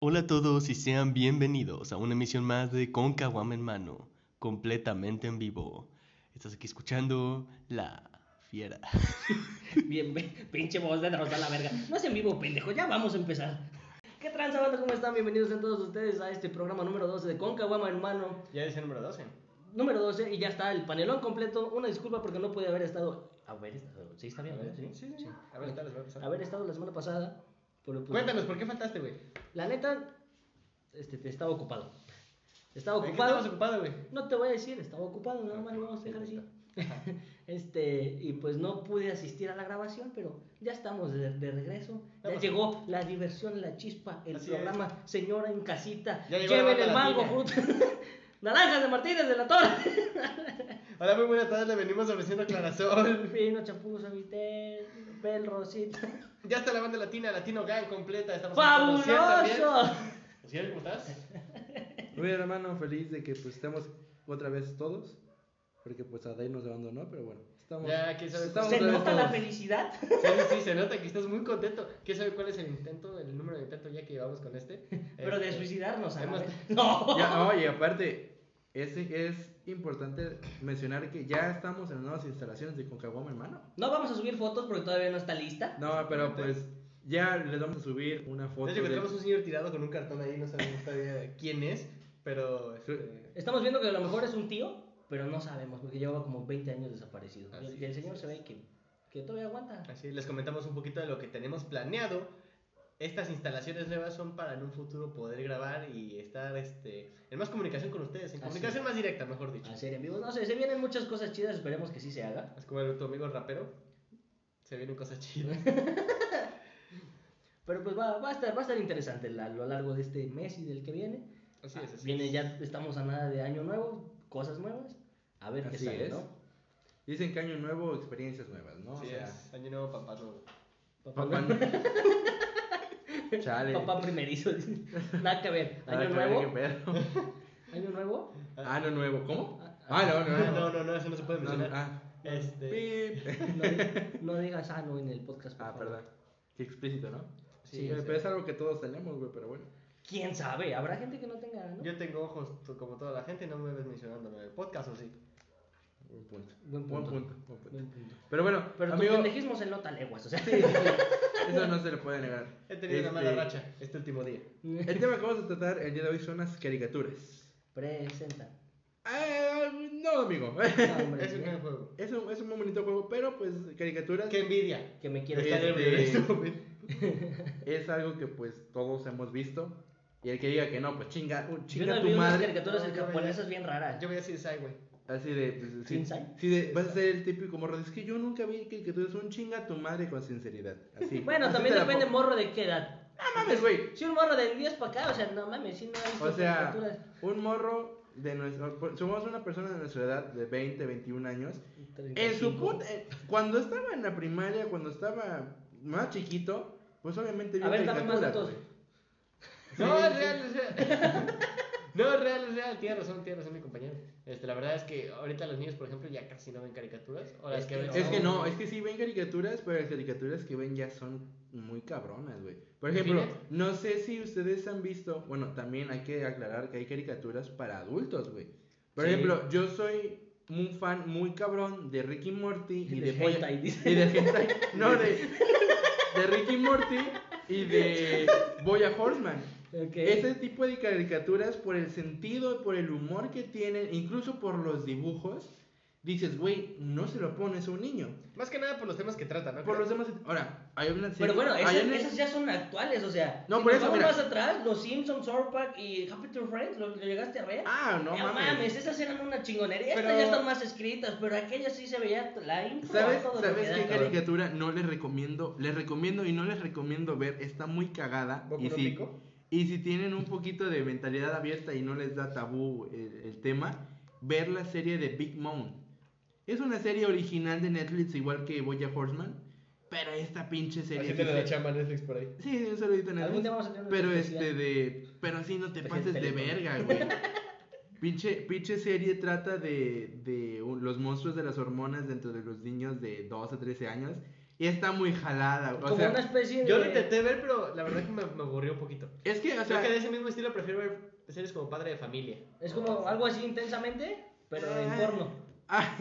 Hola a todos y sean bienvenidos a una emisión más de Concaguam en mano, completamente en vivo. Estás aquí escuchando la fiera. Bien, pe- pinche voz de derrotar la verga. No es en vivo, pendejo, ya vamos a empezar. ¿Qué tranza, banda? ¿Cómo están? Bienvenidos a todos ustedes a este programa número 12 de Concaguama, hermano. Ya es el número 12. Número 12 y ya está el panelón completo. Una disculpa porque no pude haber estado... Haber estado... Sí, está bien, ¿verdad? Sí, sí, sí. A ver, tal, les voy a pasar. Haber estado la semana pasada. pero, pues, Cuéntanos, ¿por qué faltaste, güey? La neta, este, te estaba ocupado. Estaba ¿De qué ocupado. estabas ocupado, güey? No te voy a decir, estaba ocupado, nada más lo vamos a dejar así. Este, y pues no pude asistir a la grabación, pero ya estamos de, de regreso. Ya Vamos. llegó la diversión, la chispa, el Así programa Señora en Casita. Ya llegó la Lleven banda el mango, latina. fruta. Naranjas de Martínez de la Torre. Hola, muy buenas tardes, le venimos ofreciendo clarasol. Vino, champú, sabitel, bel, rosita. Ya está la banda latina, Latino Gang completa. Estamos en Conocier también. ¡Fabuloso! ¿Sí, ¿Cómo estás? Muy bien, hermano, feliz de que pues estemos otra vez todos. Porque pues Adai nos abandonó, pero bueno, estamos. Ya, quién sabe cómo estamos ¿Se otra vez nota la todos. felicidad? Sí, sí, se nota que estás muy contento. ¿Qué sabe cuál es el intento, el número de intento ya que llevamos con este? Pero de Este, suicidarnos, a la hemos- vez. No. Ya, oye, aparte, ese es importante mencionar que ya estamos en nuevas instalaciones de Concagoma, hermano. No vamos a subir fotos porque todavía no está lista. No, pero pues ya les vamos a subir una foto. De hecho, encontramos un señor tirado con un cartón ahí, no sabemos todavía quién es, pero. Este, Estamos viendo que a lo mejor es un tío, pero no sabemos porque lleva como 20 años desaparecido. Y Así el, y el es. señor se ve que, que todavía aguanta. Así, les comentamos un poquito de lo que tenemos planeado. Estas instalaciones nuevas son para en un futuro poder grabar y estar este, en más comunicación con ustedes, en Así comunicación más directa, mejor dicho. Hacer en vivo. No sé, se vienen muchas cosas chidas, esperemos que sí se haga. Es como el tu amigo rapero, se vienen cosas chidas. Pero pues va, va, a, estar, va a estar interesante la- a lo largo de este mes y del que viene. Así es, así viene es. ya, estamos a nada de año nuevo, cosas nuevas. A ver qué Así sale, es. ¿no? Dicen que año nuevo, experiencias nuevas, ¿no? Así es, año nuevo, papá nuevo. Papá, Papá. Chale. papá primerizo. dice. Nada que ver. Ah, Año qué ver, nuevo. qué pedo. Año nuevo. Año nuevo, ¿cómo? Ah, Ah, no, no, no. No, no, no, eso no se puede No, mencionar. ah. Este, Pip. No, di- no digas ano en el podcast. por Ah, favor. perdón. Qué explícito, ¿no? Sí, Sí, ya güey, sé. pero es algo que todos tenemos, güey, pero bueno. ¿Quién sabe? Habrá gente que no tenga ano. yo tengo ojos t- como toda la gente, no me ves mencionándolo en el podcast, ¿o sí? Buen punto. Buen punto. Buen punto. buen punto. Buen punto. Pero bueno, Pero tu amigo, pendejismo se nota leguas, o sea. sí, sí, sí, eso no se le puede negar. He tenido una Este, mala racha este último día. El tema que vamos a tratar el día de hoy son las caricaturas. Presenta. Ah, no, amigo. No, hombre, Es un gran juego. Es un, es un muy bonito juego, pero pues caricaturas ¡Qué envidia! que me quiero Está Este- ebrio en este momento. es algo que pues todos hemos visto. Y el que diga que no, pues chinga, uh, Yo no chinga vi tu unas madre. caricaturas No, en yo japonesas veía- bien raras. Yo voy a decir Sai, güey. Así de, pues, sí, ¿Inside? sí de, vas a ser el típico morro. de, Es que yo nunca vi que, que tú eres un chinga tu madre con sinceridad. Así. Bueno, así también te la depende pongo. morro de qué edad. No mames, güey. Si un morro de 10 para acá, o sea, no mames, si no he visto O sea, caricaturas. un morro de nuestro. Somos una persona de nuestra edad, de 20, 21 años. En su 35. puta. eh, Cuando estaba en la primaria, cuando estaba más chiquito, pues obviamente A ver, dame más caricaturas, datos. güey. No, es real, es real. No, es real, es real. Tiene razón, tiene razón mi compañero. Este, la verdad es que ahorita los niños, por ejemplo, ya casi no ven caricaturas. O las Es que, que ven Es son- que no, es que sí ven caricaturas, pero las caricaturas que ven ya son muy cabronas, güey. Por ejemplo, ¿Define? no sé si ustedes han visto, bueno, también hay que aclarar que hay caricaturas para adultos, güey. Por Sí. ejemplo, yo soy un fan muy cabrón de Ricky Morty y, Y de, de Polla- hentai, dice. y de hentai, no de de Ricky Morty y de Boya Horseman. Ok. Ese Este tipo de caricaturas, por el sentido, por el humor que tienen, incluso por los dibujos, dices, güey, no se lo pones a un niño. Más que nada por los temas que tratan, ¿no? Por los demás, ahora, hay una serie- Pero bueno, esas, hay una- esas ya son actuales, o sea. No, si por nos eso, vamos mira. más atrás, los Simpsons, South Park y Happy Tree Friends, ¿lo, lo llegaste a ver? Ah, no mames. esas eran una chingonería. Pero- Estas ya están más escritas, pero aquellas sí se veía la intro. ¿Sabes, todo lo ¿sabes que qué da, cabrón. caricatura no les recomiendo? Les recomiendo y no les recomiendo ver, está muy cagada. ¿Boku Y no si, Pico? y si tienen un poquito de mentalidad abierta y no les da tabú el, el tema, ver la serie de Big Mount. Es una serie original de Netflix, igual que Boya Horseman, pero esta pinche serie... Haciéndole sí la se- chamba a Netflix por ahí. Sí, un saludito en el Algún día Face. vamos a tener una Pero especial. este de. Pero sí, no te Especial pases de teléfono. verga, güey. pinche, pinche serie trata de, de un- los monstruos de las hormonas dentro de los niños de 2 a 13 años. Y está muy jalada, güey. O Como sea, una especie de. Yo lo intenté ver, pero la verdad que me, me aburrió un poquito. es que, o Creo sea, que de ese mismo estilo prefiero ver series como Padre de Familia. Ah, Es como algo así intensamente, pero en Ah, porno. ah,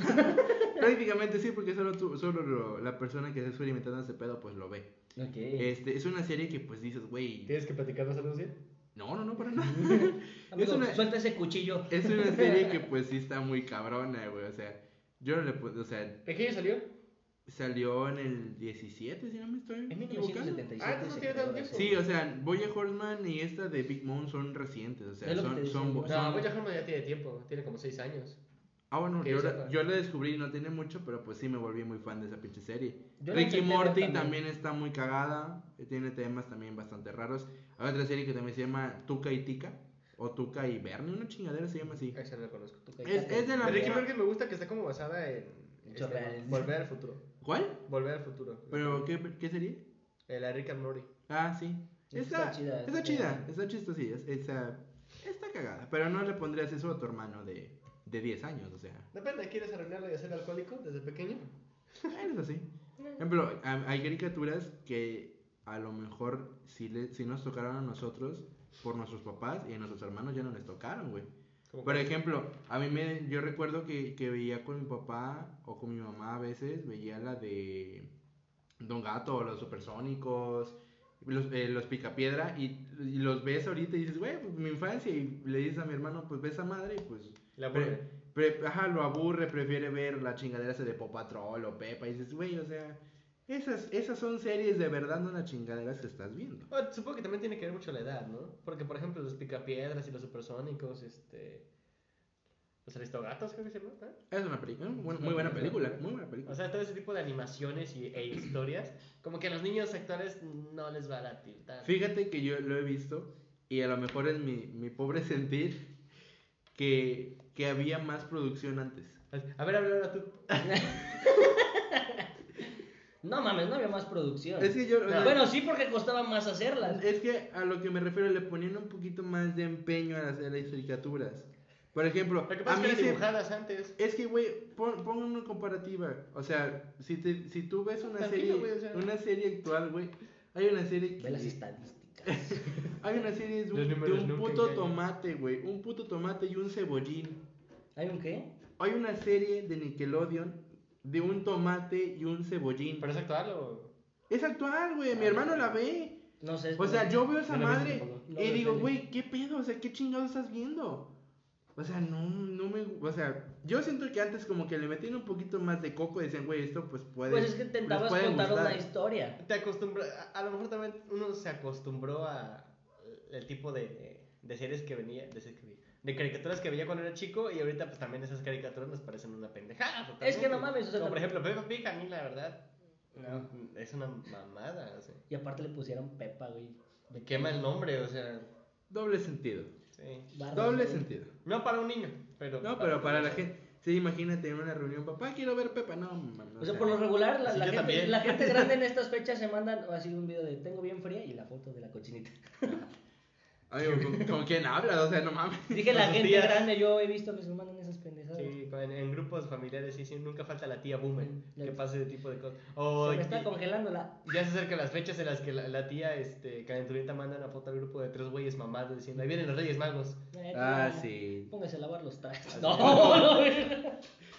prácticamente sí, porque solo, tú- solo lo- la persona que está experimentando ese pedo, pues lo ve. Ok. Este, es una serie que, pues dices, güey, ¿Tienes que platicar más algo así? no, no, no, para nada. Amigo, es, una, suelta ese cuchillo. es una serie que, pues sí, está muy cabrona, güey. O sea, yo no le puedo, o sea, ¿En qué año salió? salió en el 17, si no me estoy En equivocando. 1977. Ah, entonces no tiene tanto se tiempo. creó Sí, o sea, Boya Horseman y esta de Big Mom son recientes, o sea, Es lo que son, te decía, son, güey. son- No, Boya Horseman ya tiene tiempo, tiene como 6 años. Ah, bueno, que yo, yo la- sepa. yo la descubrí no tiene mucho, pero pues sí me volví muy fan de esa pinche serie. Yo la Ricky intenté ver Morty también. también. está muy cagada, eh, tiene temas también bastante raros. Hay otra serie que también se llama Tuca y Tica, o Tuca y Bernie, una chingadera se llama así. Esa no la conozco. ese- Es, es de la De Ricky misma- Morty me gusta que está como basada en. este, Hechos reales. Volver al futuro. ¿Cuál? Volver al futuro. ¿Pero qué, qué serie? Eh, La de Rick and Morty. Ah, sí. Está chida, Está, chida. está Está chida, cagada. está chistosilla, es- está, está cagada. Pero no le pondrías eso a tu hermano de, de 10 años, o sea. Depende, ¿quieres arruinarlo y hacer alcohólico desde pequeño? Eres Ah, así. Por ejemplo, a- hay caricaturas que a lo mejor si, le, si nos tocaron a nosotros por nuestros papás y a nuestros hermanos ya no les tocaron, güey. Como Por ejemplo, a mí me, yo recuerdo que, que veía con mi papá o con mi mamá a veces, veía la de Don Gato, los supersónicos, los, eh, los picapiedra y, y los ves ahorita y dices, güey, pues mi infancia y le dices a mi hermano, pues ves esa madre y pues... La Pre- vuelve. pre- ajá, lo aburre, prefiere ver la chingadera esa de Paw Patrol o Pepa y dices, güey, o sea, esas, esas son series de verdad, no las chingaderas que estás viendo. Bueno, supongo que también tiene que ver mucho la edad, ¿no? Porque, por ejemplo, los picapiedras y los supersónicos, este... Los aristogatos, creo que se llama, ¿eh? Es una película, muy, muy buena película, muy buena O película. sea, todo ese tipo de animaciones y, e historias, como que a los niños actuales no les va a latir tanto. Fíjate que yo lo he visto y a lo mejor es mi, mi pobre sentir que, que había más producción antes. A ver, habla ahora tú. No mames, no había más producción. Es que yo... o sea, Bueno, sí, porque costaba más hacerlas. Es que a lo que me refiero le ponían un poquito más de empeño a las, a las caricaturas. Por ejemplo, Lo que a pasa mí es que se- eran dibujadas antes. Es que, güey, pon, pon una comparativa. O sea, si, te, si tú ves una Tranquilo, serie, güey, o sea. una serie actual, güey, hay una serie Ve las que... estadísticas. Hay una serie de Los un, de números un nunca puto engañan. tomate, güey. Un puto tomate y un cebollín. ¿Hay un qué? Hay una serie de Nickelodeon de un tomate y un cebollín. ¿Pero es actual o...? Es actual, güey. Mi hermano la ve. Ah, No sé. es O sea, como- yo veo esa No la he visto madre tampoco. No y veo digo, tele. güey, ¿qué pedo? O sea, ¿qué chingados estás viendo? O sea, no, no me... gu- O sea, yo siento que antes como que le metían un poquito más de coco y decían, güey, esto pues puede... Pues es que les intentabas puede contar gustar". una historia. Te acostumbras... A, a lo mejor también uno se acostumbró a el tipo de, de series que venía... De, series que vi- de caricaturas que veía cuando era chico y ahorita pues también esas caricaturas nos parecen una pendejada. Es que totalmente. no mames, o sea, Como, por tam- ejemplo, Peppa Pig a mí la verdad No. es una mamada. O sea, Y aparte le pusieron Pepa, güey. me quema el nombre, o sea... Doble sentido. Sí. Barros, Doble güey. sentido. No para un niño, pero... No, pero para la gente... Sí, imagínate en una reunión, papá, quiero ver Pepa. No, mamá, O sea, por lo regular, la, Sí, la yo gente, también. la gente grande en estas fechas se mandan así un video de tengo bien fría y la foto de la cochinita. Ay, güey, ¿con, con quién hablas? O sea, no mames. Dije la Los gente días. grande, yo he visto que se mandan esas pendejadas. Sí, con- en, en grupos familiares sí, sí, nunca falta la tía boomer Ya que ves. pase ese tipo de cosas. O Mm, se me está y- congelando la. ya se acercan las fechas en las que la, la tía este, calenturienta manda una foto al grupo de tres güeyes mamados diciendo, ahí vienen los reyes magos. Eh, Ah, tía, sí. Póngase a lavar los trastes. Así. No, no,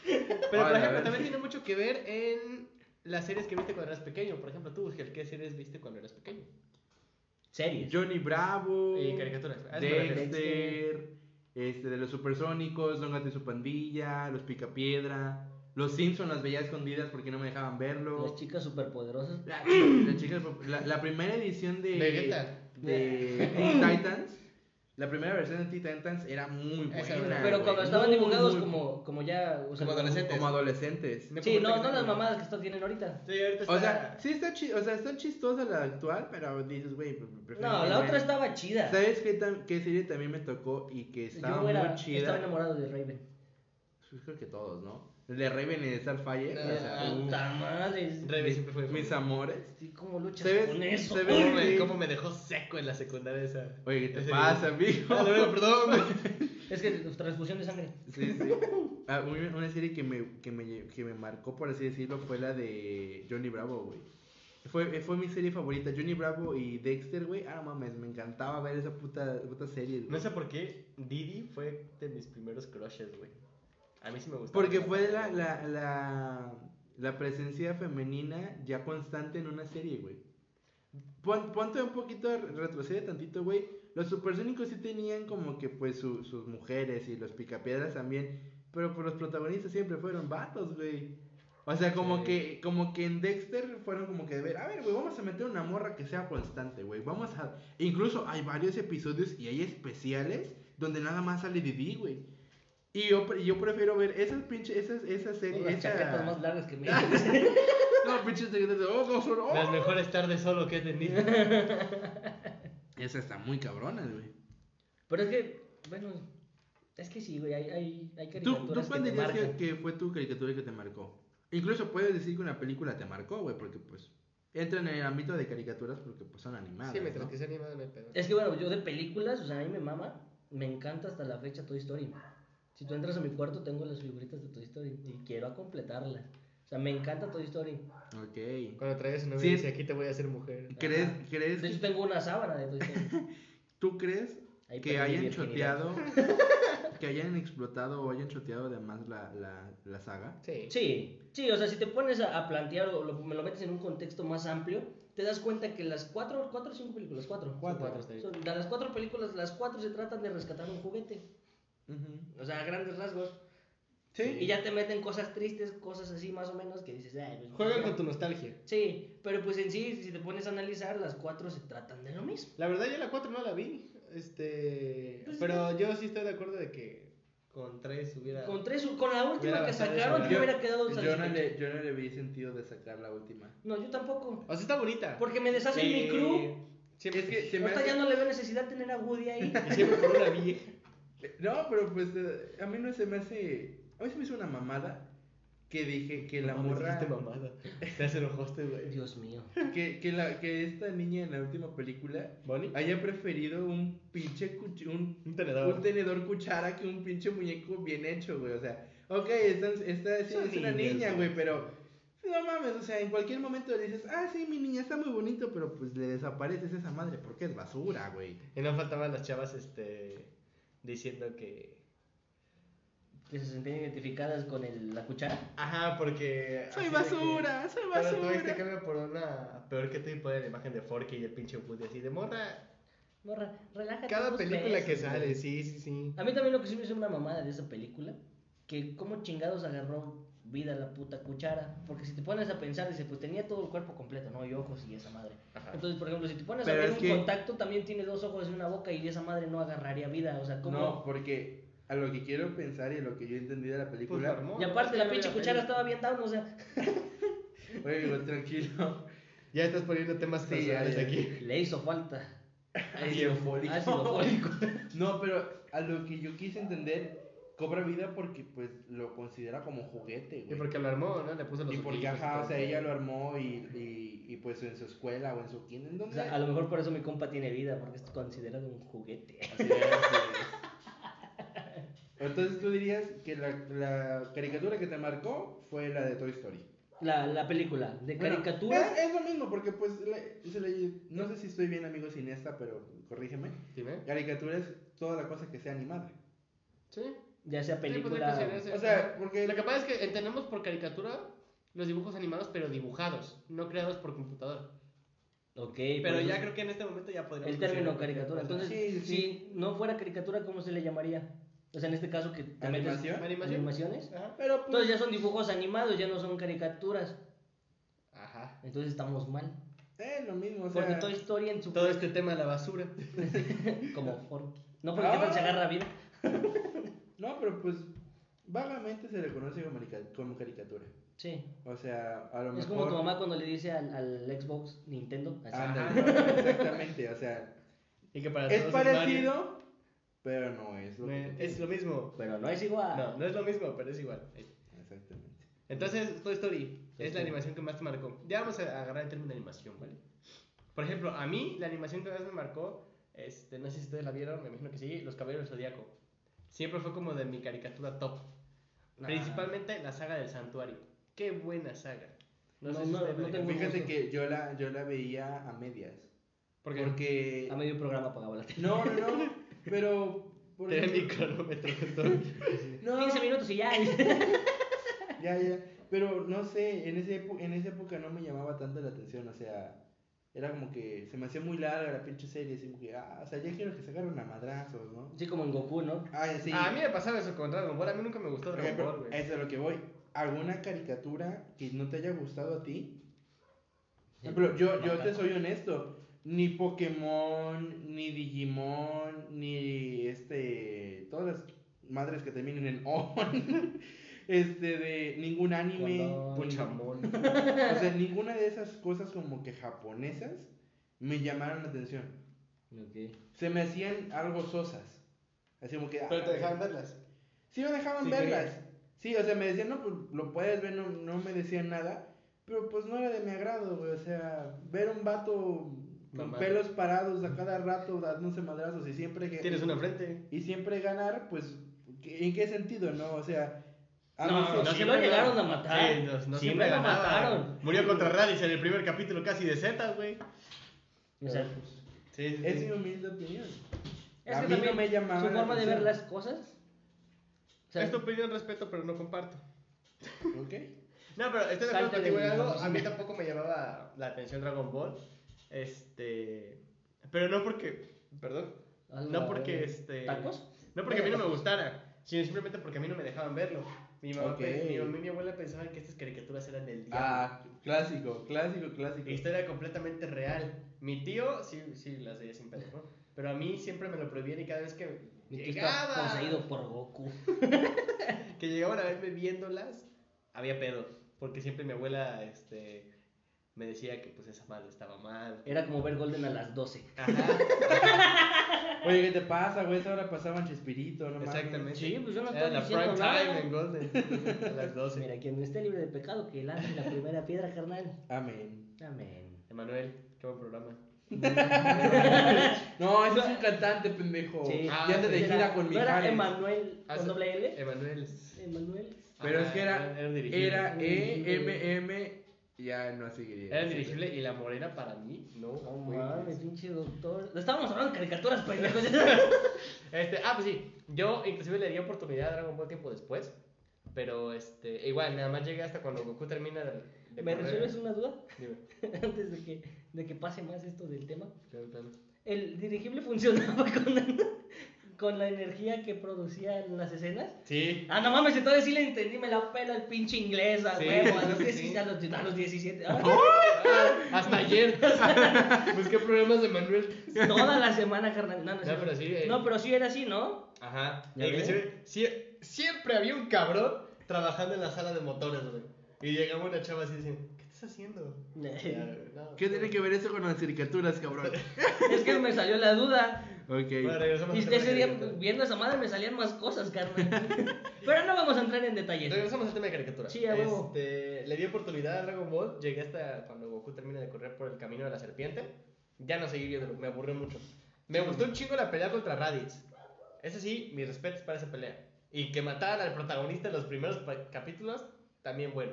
Pero Ay, por la ejemplo, verdad. también tiene mucho que ver en las series que viste cuando eras pequeño. Por ejemplo, tú, Urgel, ¿qué series viste cuando eras pequeño? Series. Johnny Bravo. Y caricaturas. Ah, A eso me refiero. Dexter. Este, de los supersónicos, Don Gato y su pandilla, los Picapiedra. Los Simpsons las veía escondidas porque no me dejaban verlo. Las chicas superpoderosas. La, la chica- la- la primera edición de, Vegeta. de Teen Titans. La primera versión de Teen Titans era muy buena. Esa era. Pero güey, cuando estaban muy, dibujados muy- como, como ya. O sea, Como adolescentes. como adolescentes. Sí, no, no las mamadas que están tienen ahorita. Sí, ahorita está... O sea, sí está, chi- o sea, está chistosa la actual, pero dices, güey, prefiero No, que la me- otra estaba chida. ¿Sabes qué, tam- qué serie también me tocó y que estaba Yo era, muy chida? estaba enamorado de Raven. Pues creo que todos, ¿no? El de Raven y de Starfire. o sea, uh, Ah, puta madre. Rebe mis- siempre fue. Mis amores. Sí, ¿Cómo luchas Se ve- con eso? se ve- Uy, ¿Cómo me, Sí. cómo me dejó seco en la secundaria esa? Oye, ¿qué te ese- pasa, amigo? Ah, de verdad, perdón, güey. Es que transfusión de sangre. Sí, sí. Ah, una, una serie que me, que, me, lle- que me marcó, por así decirlo, fue la de Johnny Bravo, güey. Fue, eh, fue mi serie favorita, Johnny Bravo y Dexter, güey. Ah, no mames, me encantaba ver esa puta, puta serie, güey. No sé por qué Didi fue de mis primeros crushes, güey. A mí sí me gustó. Porque fue la, la, la, la presencia femenina ya constante en una serie, güey. Pon- Ponte un poquito, retrocede tantito, güey. Los supersónicos sí tenían como que pues su- sus mujeres y los picapiedras también. Pero pues, los protagonistas siempre fueron vatos, güey. O sea, como Sí. que como que en Dexter fueron como que de ver, a ver, güey, vamos a meter una morra que sea constante, güey. Vamos a incluso hay varios episodios y hay especiales donde nada más sale Didi, güey. Y yo, pre- yo prefiero ver esas pinches esas esas Son series, las esa- chaquetas más largas que me no, pinches de- de- de- oh, no, son- oh. Las mejores tardes solo que he tenido. Esas están muy cabronas, güey. Pero es que, bueno, es que sí, güey, hay, hay, hay ¿Tú, ¿Tú caricaturas cuál que te dirías que, marcan. que fue tu caricatura que te marcó? Incluso puedes decir que una película te marcó, güey, porque pues entran en el ámbito de caricaturas porque pues son animadas. sí, mientras ¿no? que sea animado no hay pedo. Es que, bueno, yo de películas, o sea, a mí me mama, me encanta hasta la fecha Toy Story. Si tú entras a mi cuarto, tengo las figuritas de Toy Story y quiero a completarlas. O sea, me encanta Toy Story. Ok. Cuando traes una Sí. novia dice, aquí te voy a hacer mujer. ¿Crees, Ajá. crees, De hecho, tengo una sábana de Toy Story. ¿Tú crees Ahí que perdí mi hayan virginidad. choteado, que hayan explotado o hayan choteado además la, la, la saga? Sí. Sí, sí, o sea, si te pones a, a plantear o lo- me lo metes en un contexto más amplio, te das cuenta que las cuatro, cuatro o cinco películas, cuatro. son Cuatro, está bien. Son- de las cuatro películas, las cuatro se tratan de rescatar un juguete. Ujú. O sea, a grandes rasgos. Sí. Y ya te meten cosas tristes, cosas así más o menos que dices, "Ay, pues, Juegan ya". con tu nostalgia. Sí, pero pues en sí, si te pones a analizar, las cuatro se tratan de lo mismo. La verdad, yo la 4 no la vi. Este. Pues, pero yo sí estoy de acuerdo de que con 3 hubiera. Con tres, con la última Hubiera que bastante sacaron, sobrado. yo Yo- hubiera quedado yo, no satisfecho. le, yo no le vi sentido de sacar la última. No, yo tampoco. O sea, está bonita. Porque me deshacen Eh, mi crew. Siempre, Es que se me Ahorita hace- ya no le veo necesidad tener a Woody ahí. siempre por una vieja. No, pero pues eh, a mí no se me hace. A mí se me hizo una mamada que dije que la No mames, morra. dijiste mamada. Te hace enojaste, güey. Dios mío. Que, que, la, que esta niña en la última película Bonnie. haya preferido un pinche cuch- un, Un tenedor. un tenedor cuchara que un pinche muñeco bien hecho, güey. O sea, ok, esta, esta sí, Son es una niños, niña, güey. güey, pero pues, no mames, o sea, en cualquier momento le dices, ah, sí, mi niña está muy bonito, pero pues le desapareces esa madre porque es basura, güey. Y no faltaban las chavas, este. Diciendo que. Que se sentían identificadas con el- la cuchara. Ajá, porque. así de Soy que- basura, soy Pero todo este basura. cambio por una. Peor que tú y poner la imagen de Forky y el pinche Woody así de morra. Morra, relájate. Cada unos película que besos, sale, güey. sí, sí, sí. Pues, A mí también lo que sí me hizo una mamada de esa película, que cómo chingados agarró vida la puta cuchara. Porque si te pones a pensar, dice, pues tenía todo el cuerpo completo, ¿no? Y ojos y esa madre. Ajá. Entonces, por ejemplo, si te pones Pero a ver es un que- contacto, también tiene dos ojos y una boca y esa madre no agarraría vida. O sea, ¿cómo? No, porque a lo que quiero pensar y a lo que yo entendí de la película. Pues, y aparte no, la no, pinche no, cuchara no. estaba bien down, o sea. Oye, güey, tranquilo. Ya estás poniendo temas Sí, personales ya, ya. aquí. Le hizo falta. Ácido fólico. Ácido fólico. No, pero a lo que yo quise entender, cobra vida porque pues lo considera como juguete, Y güey. porque lo armó, ¿no? Le puso los Y porque, ojitos y ajá, todo o sea, el ella lo pedo. armó y, y, y, pues en su escuela o en su kinder, ¿en O dónde? sea, a lo mejor por eso mi compa tiene vida, porque es considerado un juguete. Así es, así es. Entonces tú dirías que la, la caricatura que te marcó fue la de Toy Story. La, la película de Bueno, caricatura. es, es lo mismo, porque pues, le- se le- no sé si estoy bien, amigo Sinesta, pero corrígeme. ¿Sí, ve? Caricatura es toda la cosa que sea animada. Sí. Ya sea Sí, pues, película. entonces, O sea, porque- Lo que pasa es que entendemos por caricatura los dibujos animados, pero dibujados, no creados por computadora. ok. Pero pues, ya creo que en este momento ya podríamos. El término considerar- caricatura. Entonces, Sí, sí. si no fuera caricatura, ¿cómo se le llamaría? O sea, en este caso que te metes- ¿Animación? ¿Animación? animaciones. Ajá. Pero pues, Entonces ya son dibujos animados, ya no son caricaturas. Ajá. Entonces estamos mal. eh, lo mismo, o sea. Porque toda historia en su Todo este tema de la basura. como Forky. No porque Ah. Kevin se agarra vida. No, pero pues vagamente se le conoce como, carica- como caricatura. Sí. O sea, a lo Es mejor. Ah. como tu mamá cuando le dice al, al Xbox Nintendo. así. Ándale, exactamente, o sea, Y que para es todos parecido, Mario. pero no es lo Bueno, que... Eh, Es lo mismo. Pero no es igual. No, no es lo mismo, pero es igual. Exactamente. Entonces, Toy Story es la Story. animación que más te marcó. Ya vamos a agarrar el término de animación, ¿vale? Por ejemplo, a mí la animación que más me marcó, este, no sé si ustedes la vieron, me imagino que sí, Los Caballeros del Zodíaco. Siempre fue como de mi caricatura top. Nah. Principalmente la saga del santuario. Qué buena saga. No, No, sé si no, ustedes la no vieron. tengo- Fíjate que yo la, yo la veía a medias. ¿Por qué? Porque... A medio programa pagaba la tele. No, no, no, pero... por Te ve mi ejemplo- cronómetro. entonces. No, 15 minutos y ya. Ya, ya. Pero no sé, en, ese epo- en esa época no me llamaba tanto la atención, o sea, era como que se me hacía muy larga la pinche serie, así como que, ah, o sea, ya quiero que se agarren a madrazos, ¿no? Sí, como en Goku, ¿no? Ah, sí. A mí me pasaba eso con Dragon Ball. A mí nunca me gustó Por Dragon Ball, ejemplo, güey. eso es lo que voy. ¿Alguna caricatura que no te haya gustado a ti? Por ejemplo, yo, yo te soy honesto, ni Pokémon, ni Digimon, ni este, todas las madres que terminen en on, este, de ningún anime, Cuando- ningún- Puchamón. O sea, ninguna de esas cosas como que japonesas me llamaron la atención. Ok. Se me hacían algo sosas. Así como que... Pero te ah, dejaban verlas. Sí me dejaban Sí, verlas. Sí, o sea, me decían, no, pues lo puedes ver, no, no me decían nada. Pero pues no era de mi agrado, güey. O sea, ver un vato con Mamado. pelos parados a cada rato dándose madrazos y siempre... que- Tienes una frente. Y siempre ganar, pues, ¿en qué sentido, no? O sea... No, algo no, soso. sí lo llegaron a matar. Sí, no, no Sí siempre me lo ganaba. mataron. Murió contra Raditz en el primer capítulo casi de Z, güey. O sea, Sí, sí, Es sí. mi humilde opinión. es A que mí también no me llamaba su la forma de ver atención. las cosas. O sea, es tu opinión, respeto, pero no comparto. ¿Ok? No, pero estoy de acuerdo Salte contigo en del- algo. A mí tampoco me llamaba la atención Dragon Ball. Este. Pero no porque. Perdón. a la No porque verga. este. ¿Tacos? No porque a mí no me gustara, sino simplemente porque a mí no me dejaban verlo. Mi mamá, Ok. pe- mi, mamá y mi abuela pensaban que estas caricaturas eran del diablo. Ah, clásico, clásico, clásico. La historia completamente real. Mi tío, sí, sí, las veía sin pedo, ¿no? Pero a mí siempre me lo prohibían y cada vez que Mi tío está llegaba, poseído por Goku. que llegaban a verme viéndolas, había pedo. Porque siempre mi abuela, este, me decía que pues esa mal estaba mal. Era como ver Golden a las 12. Ajá, Oye, ¿qué te pasa, güey? Esa hora pasaban Chespirito, no mames. exactamente. Sí, pues yo no Era estoy la prime diciendo time nada. en Golden, a las 12. Mira, quien esté libre de pecado, que lance la primera piedra, carnal. Amén. Amén. Emanuel, qué buen programa. No, ese es un cantante, pendejo. Sí. Oh, ah, Ya anda de Era- gira con ¿No era Mijares. Emanuel Ah, con sí. doble L? Emanuel. Emanuel. Pero es Ajá, que era, Ah, era un dirigible. era Un E, M, dirigible. M, ya no seguiría. Era el dirigible y la morena para mí, no. No güey. mames, pinche doctor. Estábamos hablando de caricaturas, pendejos. Este, ah, pues sí. Yo inclusive le di oportunidad a Dragon Ball tiempo después. Pero este, igual, nada más llegué hasta cuando Goku termina de. de ¿Me correr. resuelves una duda? Dime, Antes de que, de que pase más esto del tema. claro, claro. El dirigible funcionaba con, con la energía que producían las escenas. Sí. Ah, no mames, entonces sí le entendí, me la pela el pinche inglés a Sí, huevo, a los, sí. 10 a los, a los 17. Ah, Ah, Hasta ayer. Busqué Pues problemas de Manuel. toda la semana, carnal. No, no, es No, cierto. pero sí, eh. No, pero sí era así, ¿no? Ajá. ¿Ya E ves? inclusive, sie- siempre había un cabrón trabajando en la sala de motores, güey. Y llegaba una chava así y decía, ¿qué estás haciendo? Ya, güey, no. ¿Qué tiene que ver eso con las caricaturas, cabrón? es que me salió la duda. Bueno, Ok. regresamos Y al tema ese de día, caricatura. viendo esa madre, me salían más cosas, carnal. Pero no vamos a entrar en detalles. Regresamos al tema de caricatura. Sí, a huevo. Este, le di oportunidad a Dragon Ball, llegué hasta cuando Goku termina de correr por el camino de la serpiente. Ya no seguí viéndolo, me aburrió mucho. Me gustó un chingo la pelea contra Raditz. Eso sí, mis respetos para esa pelea. Y que mataran al protagonista en los primeros pa- capítulos, también bueno.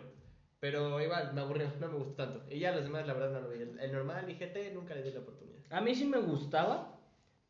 Pero igual, me aburrió, no me gustó tanto. Y ya los demás, la verdad, no lo vi. El, el normal y GT nunca le di la oportunidad. A mí sí me gustaba,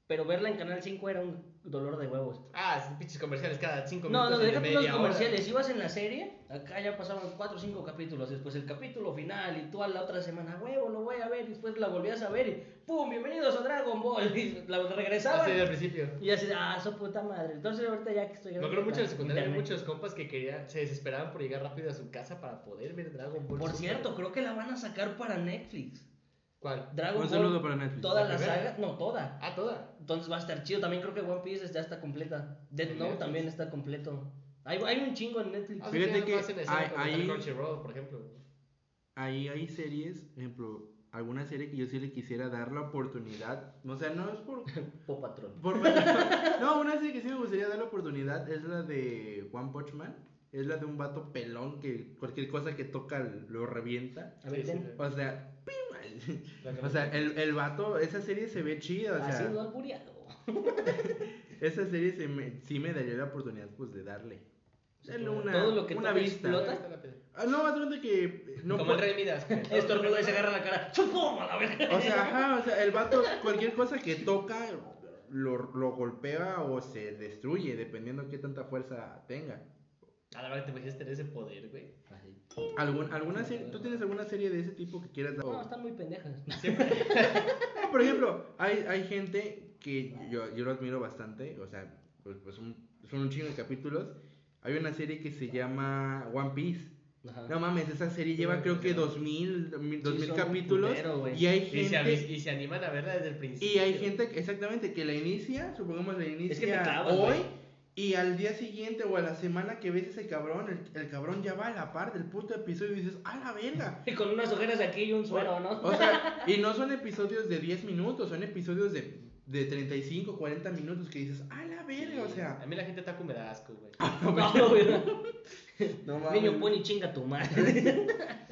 pero verla en Canal 5 era un dolor de huevos. Ah, esos pinches comerciales cada 5 No, minutos. no, de déjate los media hora. comerciales. Ibas en la serie, acá ya pasaban 4 o 5 capítulos. Después el capítulo final, y tú a la otra semana, huevo, lo voy a ver. Y después la volvías a ver, y ¡pum! Bienvenidos a Dragon Ball. Y la regresaban. Así del principio. Y así, ah, su puta madre. Entonces ahorita ya que estoy Me acuerdo mucho en la secundaria, había Internet. muchos compas que querían, se desesperaban por llegar rápido a su casa para poder ver Dragon Ball. Por Super. cierto, creo que la van a sacar para Netflix. ¿Cuál? Dragon Ball. Un saludo para Netflix. Toda ¿La la, primera? saga, no, toda. Ah, toda. Entonces va a estar chido. También creo que One Piece ya está completa. Death En Note Netflix. también está completo. Hay, hay un chingo en Netflix. Ah, Fíjate sí, ya que lo hacen escena hay- cuando está hay- Crunchyroll, por ejemplo. Ahí hay series, por ejemplo, alguna serie que yo sí le quisiera dar la oportunidad. O sea, no es por Popatrón. Por- no, No, una serie que sí me gustaría dar la oportunidad es la de One Punch Man. Es la de un vato pelón que cualquier cosa que toca lo revienta. A ver, Sí, sí, ten. O sea, ¡pim! O sea, el, el vato, esa serie se ve chida. O sea, Haciendo albureado. Esa serie se me- sí me daría la oportunidad, pues, de darle. Darle una, Todo lo que una toca vista. explota. Ah, no, más grande que... eh, No, Como el pu- pues, Rey Midas. Estornuda y se agarra la cara. ¡Chupum! A la verga. O sea, ajá, o sea, el vato, cualquier cosa que toca, lo, lo golpea o se destruye, dependiendo de qué tanta fuerza tenga. A la verdad, te puedes tener ese poder, güey. ¿Algún, alguna serie, ¿Tú tienes alguna serie de ese tipo que quieras dar? No, están muy pendejas. No, por ejemplo, hay, hay gente que yo, yo lo admiro bastante, o sea, pues, pues un- son un chingo de capítulos. Hay una serie que se llama One Piece. Ajá. No mames, esa serie lleva creo que 2000, 2000 son un capítulos putero, güey. y hay Y se, avi- gente y se animan a verla desde el principio. y hay gente que- exactamente que la inicia, supongamos la inicia te clavas, hoy güey. y al día siguiente o a la semana que ves ese cabrón, el, el cabrón ya va a la par del puto episodio y dices, "A la verga." Y con unas ojeras aquí y un suero, ¿no? O sea, y no son episodios de 10 minutos, son episodios de, de 35, 40 minutos que dices, a la verga, o A sea. Ah, mí la gente taco me da asco, güey. No, güey. No Niño pony, chinga tu madre.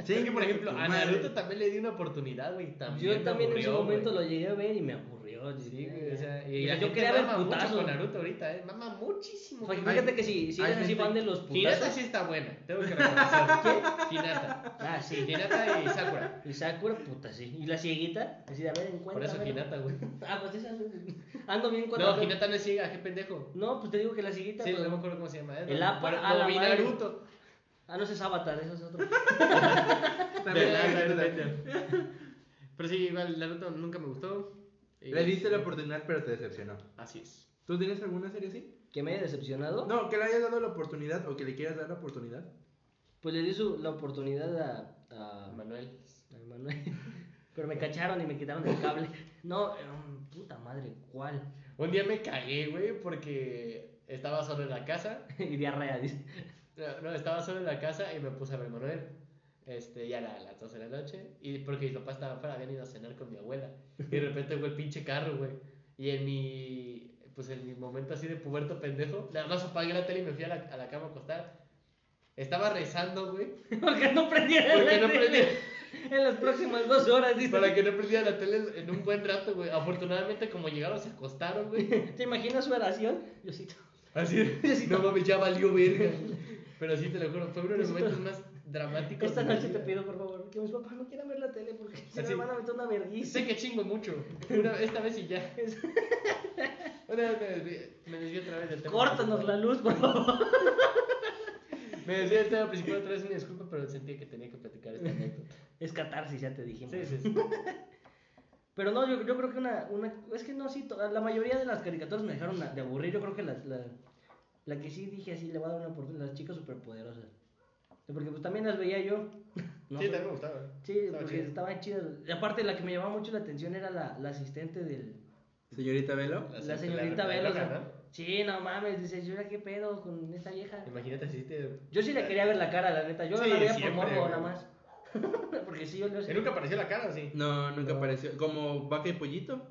Sí, Es que, por ejemplo, tu a madre. Naruto también le di una oportunidad, güey. También Yo me también en aburrió, su momento güey. lo llegué a ver y me aburrió. Sí, güey, o sea, y O sea, la yo gente quería ver mama mucho putazo. con Naruto ahorita, eh. Mama muchísimo. O sea, Fíjate que si, si Hay eres así gente- fan de los Hinata putazos. sí está buena, tengo que reconocer. ¿Quién? Hinata. Ah, sí. Hinata y Sakura. Y Sakura, puta, sí. Y la cieguita, así de a ver, encuentra. Por eso a ver. Hinata, güey. Ah, pues esa. Ando bien cuadrado. No, Hinata no es ciega, qué pendejo. No, pues te digo que la cieguita. Sí, pues, no me acuerdo cómo se llama. eh. El apa Bueno, a la lo vi madre. Naruto. Ah, no, ese es Avatar, eso es otro. También De la- la- la- de Pero sí, igual Naruto nunca me gustó. Y- Le diste la oportunidad, pero te decepcionó. Así es. ¿Tú tienes alguna serie así? Que me haya decepcionado. No, que le hayas dado la oportunidad o que le quieras dar la oportunidad. Pues le di su, la oportunidad a. a Manuel. a Manuel. Pero me cacharon y me quitaron el cable. No, eh, puta madre, ¿cuál? Un día me cagué, güey, porque estaba solo en la casa. y diarrea, dice. No, no, estaba solo en la casa y me puse a ver Manuel. Este, ya era las 12 de la noche. Y porque mis papás estaban fuera, habían ido a cenar con mi abuela. Y de repente, güey, el pinche carro, güey. Y en mi. Pues en mi momento así de puberto pendejo, nada más apagué la tele y me fui a la, a la cama a acostar. Estaba rezando, güey. Porque no prendieron Porque la no tele? prendieron. En las próximas dos horas, dice. Para que no perdiera la tele en un buen rato, güey. Afortunadamente, como llegaron, se acostaron, güey. ¿Te imaginas su oración? Diosito. Así de, no mames, ya valió verga. Pero sí, te lo juro, fue uno de los momentos más dramáticos. Esta de mi noche te vida. pido, por favor, que mis papás no quieran ver la tele porque se Así. me van a meter una vergüenza. Sé que chingo mucho. Una- esta vez y ya. Una vez me desvié, me desvié otra vez del tema. Córtanos la luz, por favor. Me desvié del tema principal otra vez, una disculpa, pero sentí que tenía que platicar esta anécdota. Es catarsis, ya te dijimos. Sí, sí, sí. Pero no, yo, yo creo que una, una. Es que no, sí, to- la mayoría de las caricaturas me dejaron de aburrir. Yo creo que la, la, la que sí dije así, le voy a dar una oportunidad, las chicas superpoderosas. Porque pues también las veía yo. No sí, sé. también me gustaba. Sí, Estaba porque chido. estaban chidas. Y aparte, la que me llamaba mucho la atención era la, la asistente del. Señorita Velo. La La, asistente, señorita la- la Vela. loca, o sea, Sí, no mames, dice, yo era qué pedo con esta vieja. Imagínate si te. Yo sí le quería ver la cara, la neta. Yo Sí, la veía por siempre, morbo, güey. nada más. porque sí, yo lo ¿Y nunca apareció la cara o sí? No, nunca apareció. Como vaca y pollito.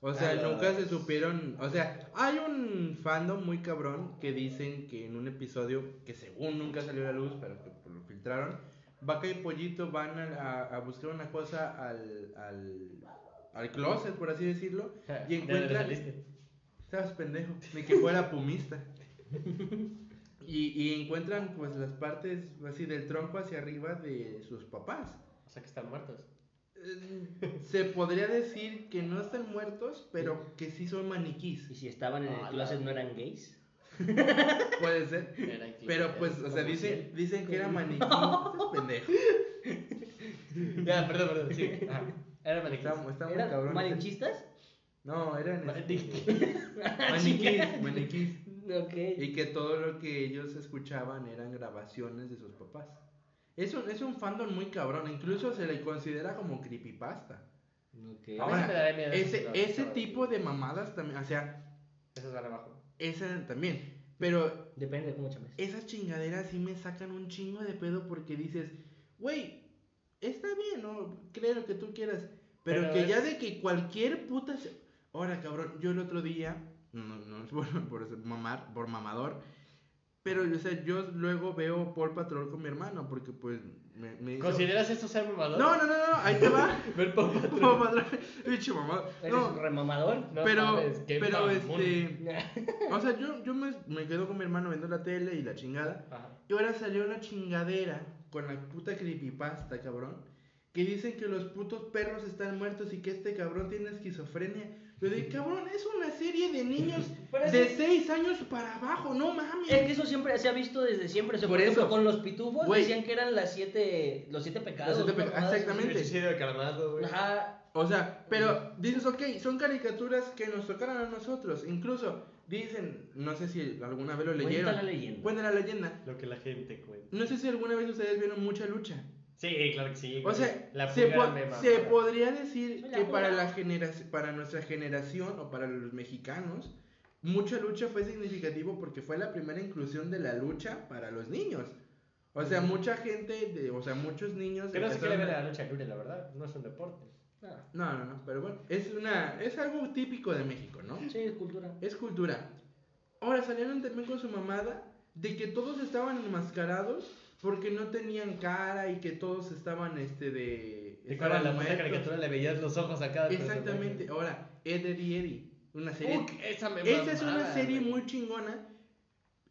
O sea, Ah, nunca no. se supieron. O sea, hay un fandom muy cabrón que dicen que en un episodio que según nunca salió a la luz, pero que pues, lo filtraron, vaca y pollito van a, a- a buscar una cosa al, al, al closet, por así decirlo, y ¿De dónde encuentran. saliste? Estabas pendejo, ni que fuera pumista. Y, y encuentran pues las partes así del tronco hacia arriba de sus papás. O sea que están muertos. Eh, Se podría decir que no están muertos, pero que sí son maniquís. Y si estaban en Ah, el la- closet, ¿no eran gays? Puede ser. Era incluso- Pero pues, o sea, como dicen, dicen que era maniquí. Estás pendejo. si- Ya, perdón, perdón, sí. Ajá. Era maniquí. Está, está muy ¿Eran cabrón. malinchistas? No, eran este, Chica. maniquís, maniquís. Ok. Y que todo lo que ellos escuchaban eran grabaciones de sus papás. Es un, es un fandom muy cabrón, incluso se le considera como creepypasta. Ok. A mí sí me daría miedo eso, ese, pero- ese tipo de mamadas también, o sea, Esos van abajo. esa también. Pero Depende de cómo chames. esas chingaderas sí me sacan un chingo de pedo porque dices, güey, está bien, ¿no? Cree lo que tú quieras. Pero, Pero que es- ya de que cualquier puta... se- Ahora, cabrón, yo el otro día no, no es por, por eso, mamar, por mamador. Pero o sea, yo luego veo Paul Patrol con mi hermano porque pues me, me hizo- ¿Consideras esto ser mamador? No, no, no, no, ahí te va. Ver Paw Patrol. Paw Patrol. Pinche mamá. ¿Eres No, un remamador? No pero, mames, qué pero mamón. este. O sea, yo, yo me, me quedo con mi hermano viendo la tele y la chingada. Ajá. Y ahora salió una chingadera con la puta creepypasta, cabrón. Que dicen que los putos perros están muertos y que este cabrón tiene esquizofrenia. Yo dije, cabrón, es una serie de niños Pero es de que- 6 años para abajo, no mames. Es que eso siempre se ha visto desde siempre. O sea, Por por ejemplo, eso. con los pitufos Güey. decían que eran las siete, los siete pecados. Los siete ¿no? peca- ah, Mamadas así. exactamente. El suicidio de Calamardo, güey. Ajá. O sea, pero dices, ok, son caricaturas que nos tocaron a nosotros. Incluso dicen, no sé si alguna vez lo Cuenta leyeron. la leyenda. Cuenta la leyenda. Lo que la gente cuenta. No sé si alguna vez ustedes vieron mucha lucha. Sí, claro que sí. O güey. sea, la se, pulga po- me mama. se podría decir Soy la que para, pulga. la generación, para nuestra generación o para los mexicanos, mucha lucha fue significativo porque fue la primera inclusión de la lucha para los niños. O sea, mucha gente, de- o sea, muchos niños... Que no se quiere empezaron ver a- a la lucha libre, la verdad. No es un deporte. Ah, No, no, no, pero bueno, es, una, es algo típico de México, ¿no? sí, es cultura. Es cultura. Ahora salieron también con su mamada de que todos estaban enmascarados porque no tenían cara y que todos estaban este de. Te acuerdas la muertos. puta caricatura le veías los ojos a cada personaje? Exactamente. Ahora, Ed Ed y Eddy. Una serie. Uy, esa me esa es mamaba, una serie güey. muy chingona.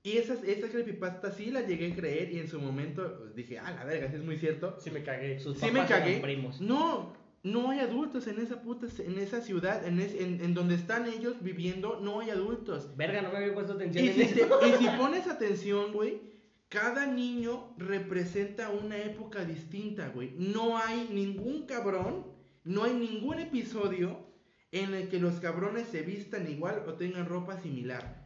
Y esas, esa creepypasta sí la llegué a creer y en su momento pues, dije, ah, la verga, sí es muy cierto. Sí me cagué. Sus Sí me papás eran cagué. primos. No, no hay adultos en esa puta, en esa ciudad, en, es- en, en donde están ellos viviendo, no hay adultos. Verga, no me había puesto atención Y en si, te- eso. y si pones atención, güey, cada niño representa una época distinta, güey. No hay ningún cabrón, no hay ningún episodio en el que los cabrones se vistan igual o tengan ropa similar.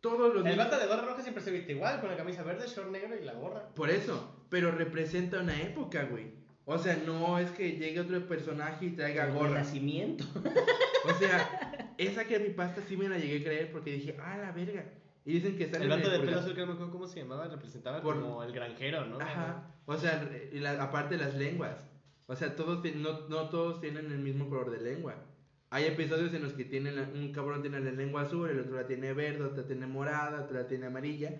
Todos los El niños- bata de gorra roja siempre se viste igual, con la camisa verde, short negro y la gorra. Por eso, pero representa una época, güey. O sea, no es que llegue otro personaje y traiga El gorra. nacimiento. O sea, esa creepypasta sí me la llegué a creer porque dije, ah, la verga. Y dicen que están El en bata de purga- pelo azul que no me acuerdo cómo se llamaba, representaba Por- como el granjero, ¿no? Ajá. O sea, re- y la- aparte las lenguas. O sea, todos ti- no, no todos tienen el mismo color de lengua. Hay episodios en los que tienen la- un cabrón tiene la lengua azul, el otro la tiene verde, otra tiene morada, otra la tiene amarilla.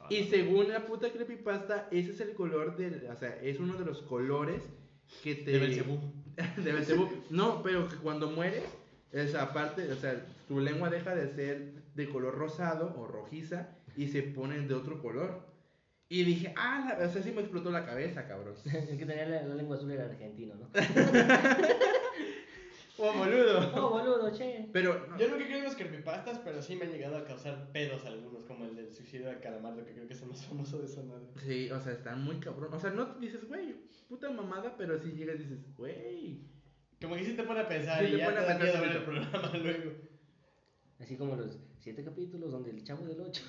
Ah, Y no. según la puta creepypasta, ese es el color del, o sea, es uno de los colores que te De Belcebú. de Belcebú. No, pero que cuando mueres, esa parte, o sea, tu lengua deja de ser de color rosado o rojiza y se pone de otro color. Y dije, ah, la- o sea, sí me explotó la cabeza, cabrón. El que tenía la, la lengua azul era argentino, ¿no? ¡Oh, boludo! Oh, boludo, che. Pero, no, Yo nunca creo en los creepypastas, pero sí me han llegado a causar pedos algunos, como el del suicidio de Calamardo, que creo que es el más famoso de esa madre. sí, o sea, están muy cabrón. O sea, no te dices, güey, puta mamada, pero si llegas y dices, güey. Como que sí te pone a pensar Sí y te ya pone te a da miedo pensar ver el programa luego. Así como los siete capítulos donde el chavo del ocho.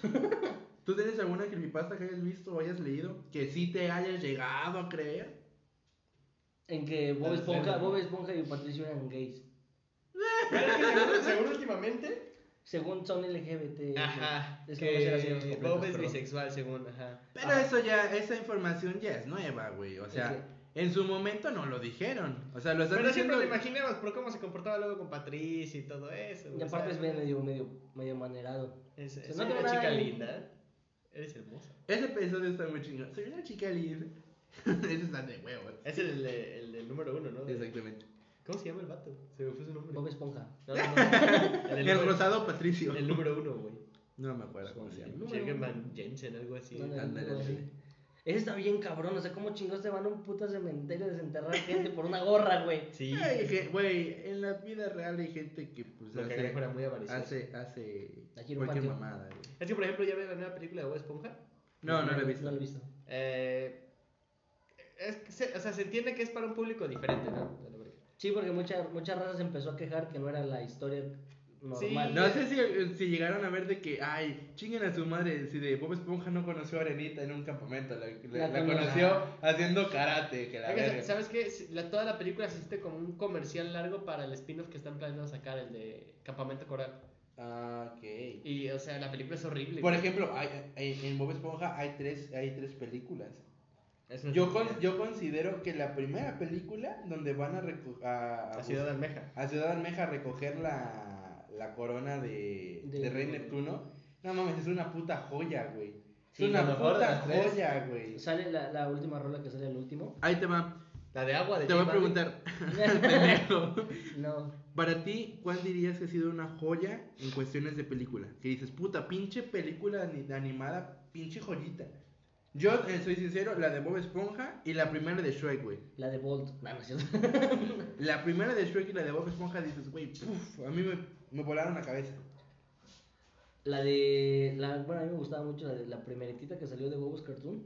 ¿Tú tienes alguna creepypasta que hayas visto o hayas leído que sí te hayas llegado a creer? En que Bob Ah, Esponja, sí. Bob Esponja y Patricio eran gays. Pero es que según, según últimamente... Según son LGBT. Es que, vamos a hacer así que los Bob completos, es perdón. bisexual, según, ajá. Pero Ajá. eso ya, esa información ya es nueva, güey. O sea, en su momento no lo dijeron. O sea, lo están Pero siempre diciendo- lo imaginabas por cómo se comportaba luego con Patricia y todo eso. Y güey, aparte o es sea, medio, medio, medio manerado. Es, es no una tengo nada chica ahí. linda. Eres hermosa. Ese episodio está muy chingón. Soy una chica libre. Ese está de huevos. Es el, de- el del número uno, ¿no? Exactamente. ¿Cómo se llama el vato? Se me fue su nombre. Bob Esponja. No, no, no. El, del número- rosado Patricio. el número uno, güey. No me acuerdo cómo se llama. Jergeman Jensen, algo así. No, no, no, Ándale, no, ándale. sí. Ese está bien cabrón, o sea, cómo chingados se van a un puto cementerio a desenterrar gente por una gorra, güey. Sí. Ay, que- Güey, en la vida real hay gente que pues Lo que hace, agregó era muy avaricioso. hace, hace Aquí en un cualquier patio. mamada, güey. Es que, por ejemplo, ya ves la nueva película de Bob Esponja. No, no lo he No visto. lo he visto. Eh, es que se- o sea, se entiende que es para un público diferente, ¿no? De la película. Sí, porque mucha, mucha raza se empezó a quejar que no era la historia normal. No sé si, si llegaron a ver de que, ay, chinguen a su madre, si de Bob Esponja no conoció a Arenita en un campamento, la, La la- la conoció. conoció haciendo karate, que la Oiga, verga. ¿Sabes qué? Si- la- toda la película existe como un comercial largo para el spin-off que están planeando sacar, el de Campamento Coral. Ah, ok. Y, o sea, la película es horrible. Por güey. ejemplo, hay- hay- en Bob Esponja hay tres, hay tres películas. Es una Yo, estupidez. con- yo considero que la primera película donde van a recoger a, a La ciudad de Almeja. a Ciudad Almeja a recoger la, la la corona de, De- de Rey Neptuno, no mames, es una puta joya, güey. Es Sí, una lo mejor de puta las tres. joya, güey. Sale la, la última rola que sale al último. Ahí te va. La de agua de Te J voy a Balvin. preguntar, pendejo. no. Para ti, ¿cuál dirías que ha sido una joya en cuestiones de película? Que dices, puta, pinche película ani- animada, pinche joyita. Yo, eh, soy sincero, la de Bob Esponja y la primera de Shrek, güey. La de Bolt. No, no es cierto. La primera de Shrek y la de Bob Esponja dices, güey, puf, a mí me, me volaron la cabeza. La de. La, bueno, a mí me gustaba mucho la, de, la primeritita que salió de Bobos Cartoon.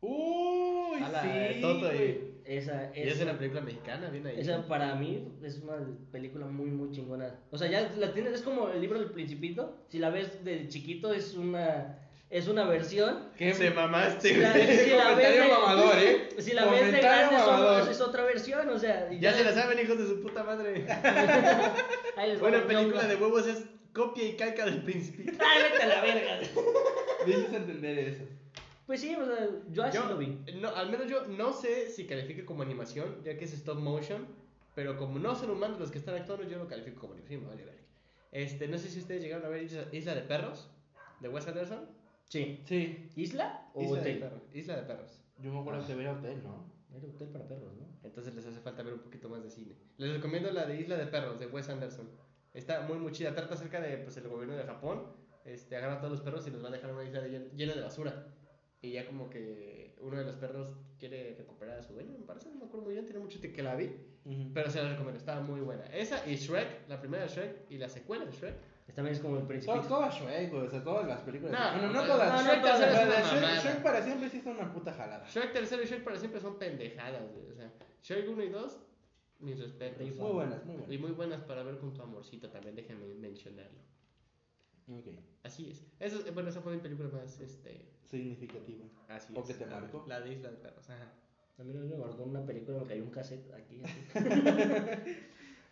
Uy, A la de sí, Toto y- güey. Esa, Y es esa, una película mexicana, viene ahí. esa para mí es una película muy, muy chingona. O sea, ya la tienes, es como el libro del Principito. Si la ves de chiquito, es una, es una versión. ¿Qué se mamaste, Si la, güey? si la ves Comentario de, mamador, ¿eh? si la ves de Comentario grande, son- mamador. es otra versión. O sea, y Ya se la saben, hijos de su puta madre. ahí les va Una un película ñongo. de huevos es copia y calca del principito. ¡Ay, vete a la verga! Me dices entender eso. Pues sí, o sea, yo así Yo- lo vi. No, al menos yo no sé si califica como animación, ya que es stop motion, pero como no son humanos los que están actuando, yo lo califico como animación. me vale verga. Este, no sé si ustedes llegaron a ver Isla, Isla de Perros, de Wes Anderson. Sí. Sí, ¿Isla o Isla de hotel? Perros. Isla de Perros. yo me acuerdo que ver a hotel, ¿no? Era hotel para perros, ¿no? Entonces les hace falta ver un poquito más de cine. Les recomiendo la de Isla de Perros, de Wes Anderson. Está muy, muy chida. Trata acerca de, pues, el gobierno de Japón. Este, agarra a todos los perros y los va a dejar en una isla llen- llena de basura. Y ya como que uno de los perros quiere recuperar a su dueño, me parece, no me acuerdo muy bien, tiene mucho tiempo que la vi. Ujú. Pero se la recomiendo, estaba muy buena. Esa y Shrek, la primera de Shrek y la secuela de Shrek. Esta vez es como el To- principito. Todas Shrek, güey, o sea, todas las películas. No, bueno, no no, todas. no, no, Shrek, todas, la es de una Shrek- mamada. Shrek para siempre sí es una puta jalada. Shrek tercero y Shrek para siempre son pendejadas, güey. O sea, Shrek 1 y 2, mis respetos. Muy buenas, muy Y buenas. muy buenas para ver con tu amorcito también, déjenme mencionarlo. Ok. Así es. Eso, es- bueno, esa fue mi película más, este... Significativa. Así ¿O es. que te la de- marcó? La de Isla de Perros, ajá. A mí no me guardó una película, me cayó un cassette aquí. así.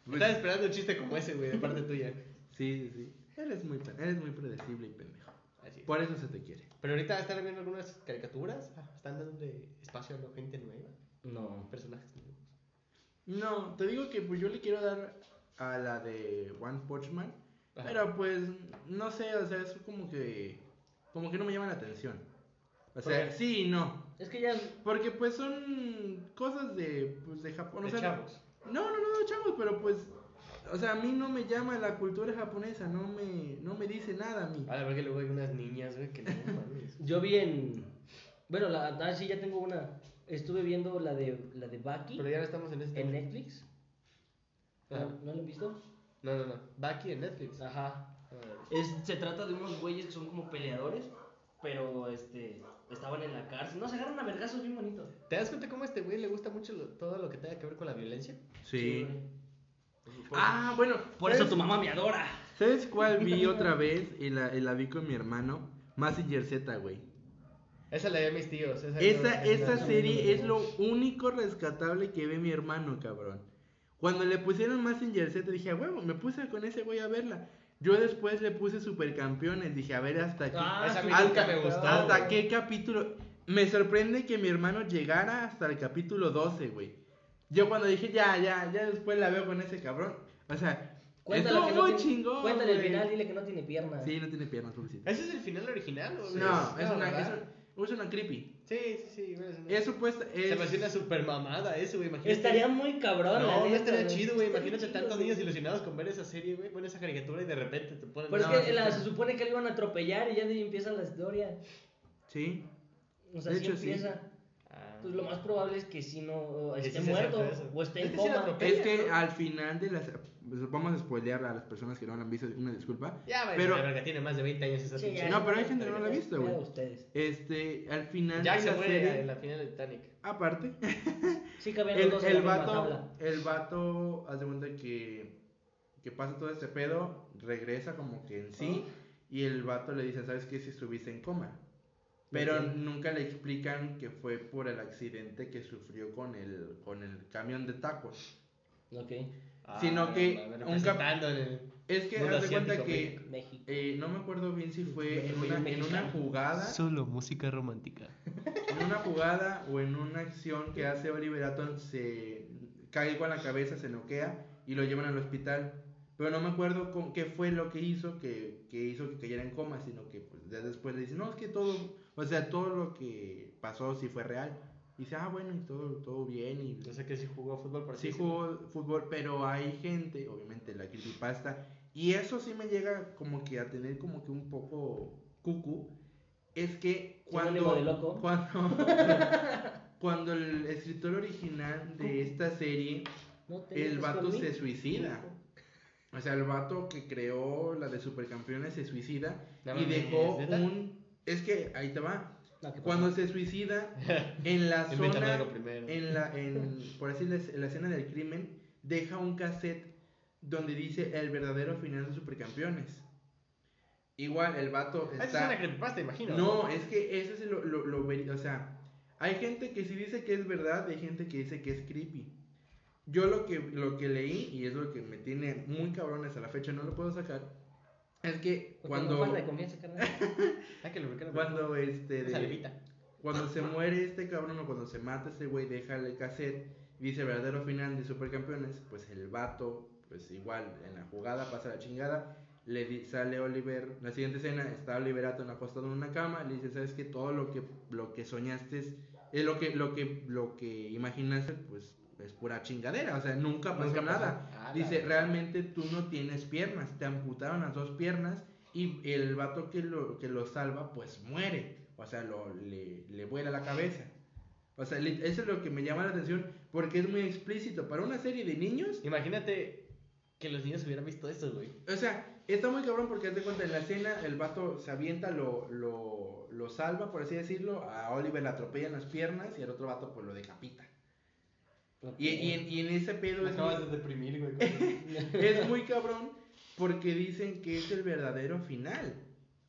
Me estaba esperando un chiste como ese, güey, de parte tuya. Sí, sí, sí. Eres muy, pe- eres muy predecible y pendejo. Así es. Por eso se te quiere. Pero ahorita están viendo algunas caricaturas, ah, están dando espacio a la gente nueva, No. personajes nuevos. No, te digo que pues yo le quiero dar a la de One Punch Man. Ajá. Pero pues, no sé, o sea, es como que. Como que no me llama la atención. O sea, Ok. sí y no. Es que ya. Porque pues son cosas de, pues, de Japón. o De sea, chavos. No, no, no, chavos, pero pues. O sea, a mí no me llama la cultura japonesa, no me, no me dice nada a mí. A la verdad que luego hay unas niñas, güey, que no mames. Yo vi en. Bueno, la, ah, sí, ya tengo una. Estuve viendo la de, la de Baki Pero ya no estamos en este. en Netflix. Ajá. ¿No, ¿No la han visto? No, no, no. Baki en Netflix. Ajá. A ver. Es, se trata de unos güeyes que son como peleadores, pero este estaban en la cárcel. No, se agarran a vergazos bien bonitos. ¿Te das cuenta cómo a este güey le gusta mucho lo- todo lo que tenga que ver con la violencia? güey. Ah, bueno. Por ¿sabes eso tu mamá me adora. ¿Sabes cuál vi otra vez? Y la, y la vi con mi hermano. Massinger Z, güey. Esa la vi a mis tíos. Esa, Esa, yo- esa yo- serie es lo único rescatable que ve mi hermano, cabrón. Cuando le pusieron Massinger Z, dije, a huevo, me puse con ese güey a verla. Yo después le puse Supercampeones, dije, a ver hasta aquí. Ah, Esa a mí Hasta- nunca me gustó. ¿Hasta güey. qué capítulo? Me sorprende que mi hermano llegara hasta el capítulo 12, güey. Yo cuando dije, ya, ya, ya después la veo con ese cabrón. O sea, estuvo que no muy tiene- chingón. Cuéntale el güey. final, dile que no tiene piernas. Sí, no tiene piernas, pobrecito. ¿Ese es el final original? o- No, es una, ¿verdad? es, un- es una creepy. Sí, sí, sí. güey, es una- Es supuesta. es- Se me hace una super mamada eso, güey. Imagínate. Estaría muy cabrón. la No, no neta, estaría güey. chido, güey. Estaría Imagínate chido, tantos güey. niños ilusionados con ver esa serie, güey. Bueno, esa caricatura y de repente te ponen. Pero No, es sí, que la- sí. se supone que le iban a atropellar y ya de ahí empieza la historia. Sí. O sea, De sí hecho, sí. empieza. Ah. Pues lo más probable es que si no o Que sí esté se muerto sea preso. o esté Es en que sí la coma. atropella. Es que ¿no? al final de las. pues, Vamos a spoilear a las personas que no la han visto, una disculpa. Ya, güey. pero- Pero... verga tiene más de 20 años esa Sí, pinche- ya. No, pero hay gente que no la ha visto, Vea güey. ustedes. Este, al final Jack de se la muere serie. en la final de Titanic. Aparte, Sí, cabían los el, dos en el la misma vato, tabla. el vato, haz de cuenta que, que pasa todo este pedo, regresa como que en sí, y el vato le dicen, ¿sabes qué? Si estuviste en coma. Pero Ok. nunca le explican que fue por el accidente que sufrió con el, con el camión de tacos. Ok, Sino Ah, que un cap- representando el- Es que Mundo haz de cuenta asiático, que, México. eh, no me acuerdo bien si fue en México y una, un en una mexicano. jugada, Solo música romántica. en una jugada o en una acción que hace Oliver Atom, se cae con la cabeza, se noquea y lo llevan al hospital. Pero no me acuerdo con qué fue lo que hizo que, que hizo que cayera en coma, sino que pues, ya después le dicen, no, es que todo, o sea, todo lo que pasó sí fue real. Y dice, ah, bueno, y todo, todo bien. Y Yo sé que sí jugó fútbol por sí jugó fútbol, pero hay gente, obviamente, la creepypasta. Y eso sí me llega como que a tener como que un poco cucu. Es que Sinónimo cuando. de loco. Cuando, cuando el escritor original de esta serie, No te el metas vato conmigo. se suicida. O sea, el vato que creó la de Supercampeones se suicida No y mames, dejó ¿neta? un. Es que ahí te va. No, ¿qué pasó? Cuando se suicida, en la Inventame zona algo primero. en la, en, por así decirlo, en la escena del crimen, deja un cassette donde dice el verdadero final de Supercampeones. Igual, el vato Ah, esa es una está... creepypasta, imagino. No, eh, es que eso es lo, lo, lo veri- O sea, hay gente que sí dice que es verdad, hay gente que dice que es creepy. Yo lo que, lo que leí, y es lo que me tiene muy cabrones a la fecha, no lo puedo sacar, es que Porque cuando... no falta de confianza, carnal. Hay que lubricarlo. Cuando este... Esa de- levita. cuando se muere este cabrón o cuando se mata este güey, deja el cassette y dice verdadero final de Supercampeones, pues el vato, pues igual en la jugada pasa la chingada, le di- sale Oliver, la siguiente escena está Oliver Atom acostado en una cama, le dice, "¿Sabes que Todo lo que lo que soñaste es es lo que lo que lo que imaginaste, pues es pura chingadera, o sea, nunca pasó Nunca pasó. nada." Ah, la dice, verga. "Realmente tú no tienes piernas, te amputaron las dos piernas." Y el vato que lo, que lo salva, pues muere. O sea, lo, le, le vuela la cabeza. O sea, li- eso es lo que me llama la atención porque es muy explícito. Para una serie de niños, Imagínate que los niños hubieran visto eso, güey. o sea, está muy cabrón porque haz de cuenta en la escena el vato se avienta, lo, lo, lo salva, por así decirlo. A Oliver le atropellan las piernas y al otro vato, pues lo decapita. Y, y en, y en ese pedo Me es muy, acabas de deprimir, güey. con- es muy cabrón porque dicen que es el verdadero final.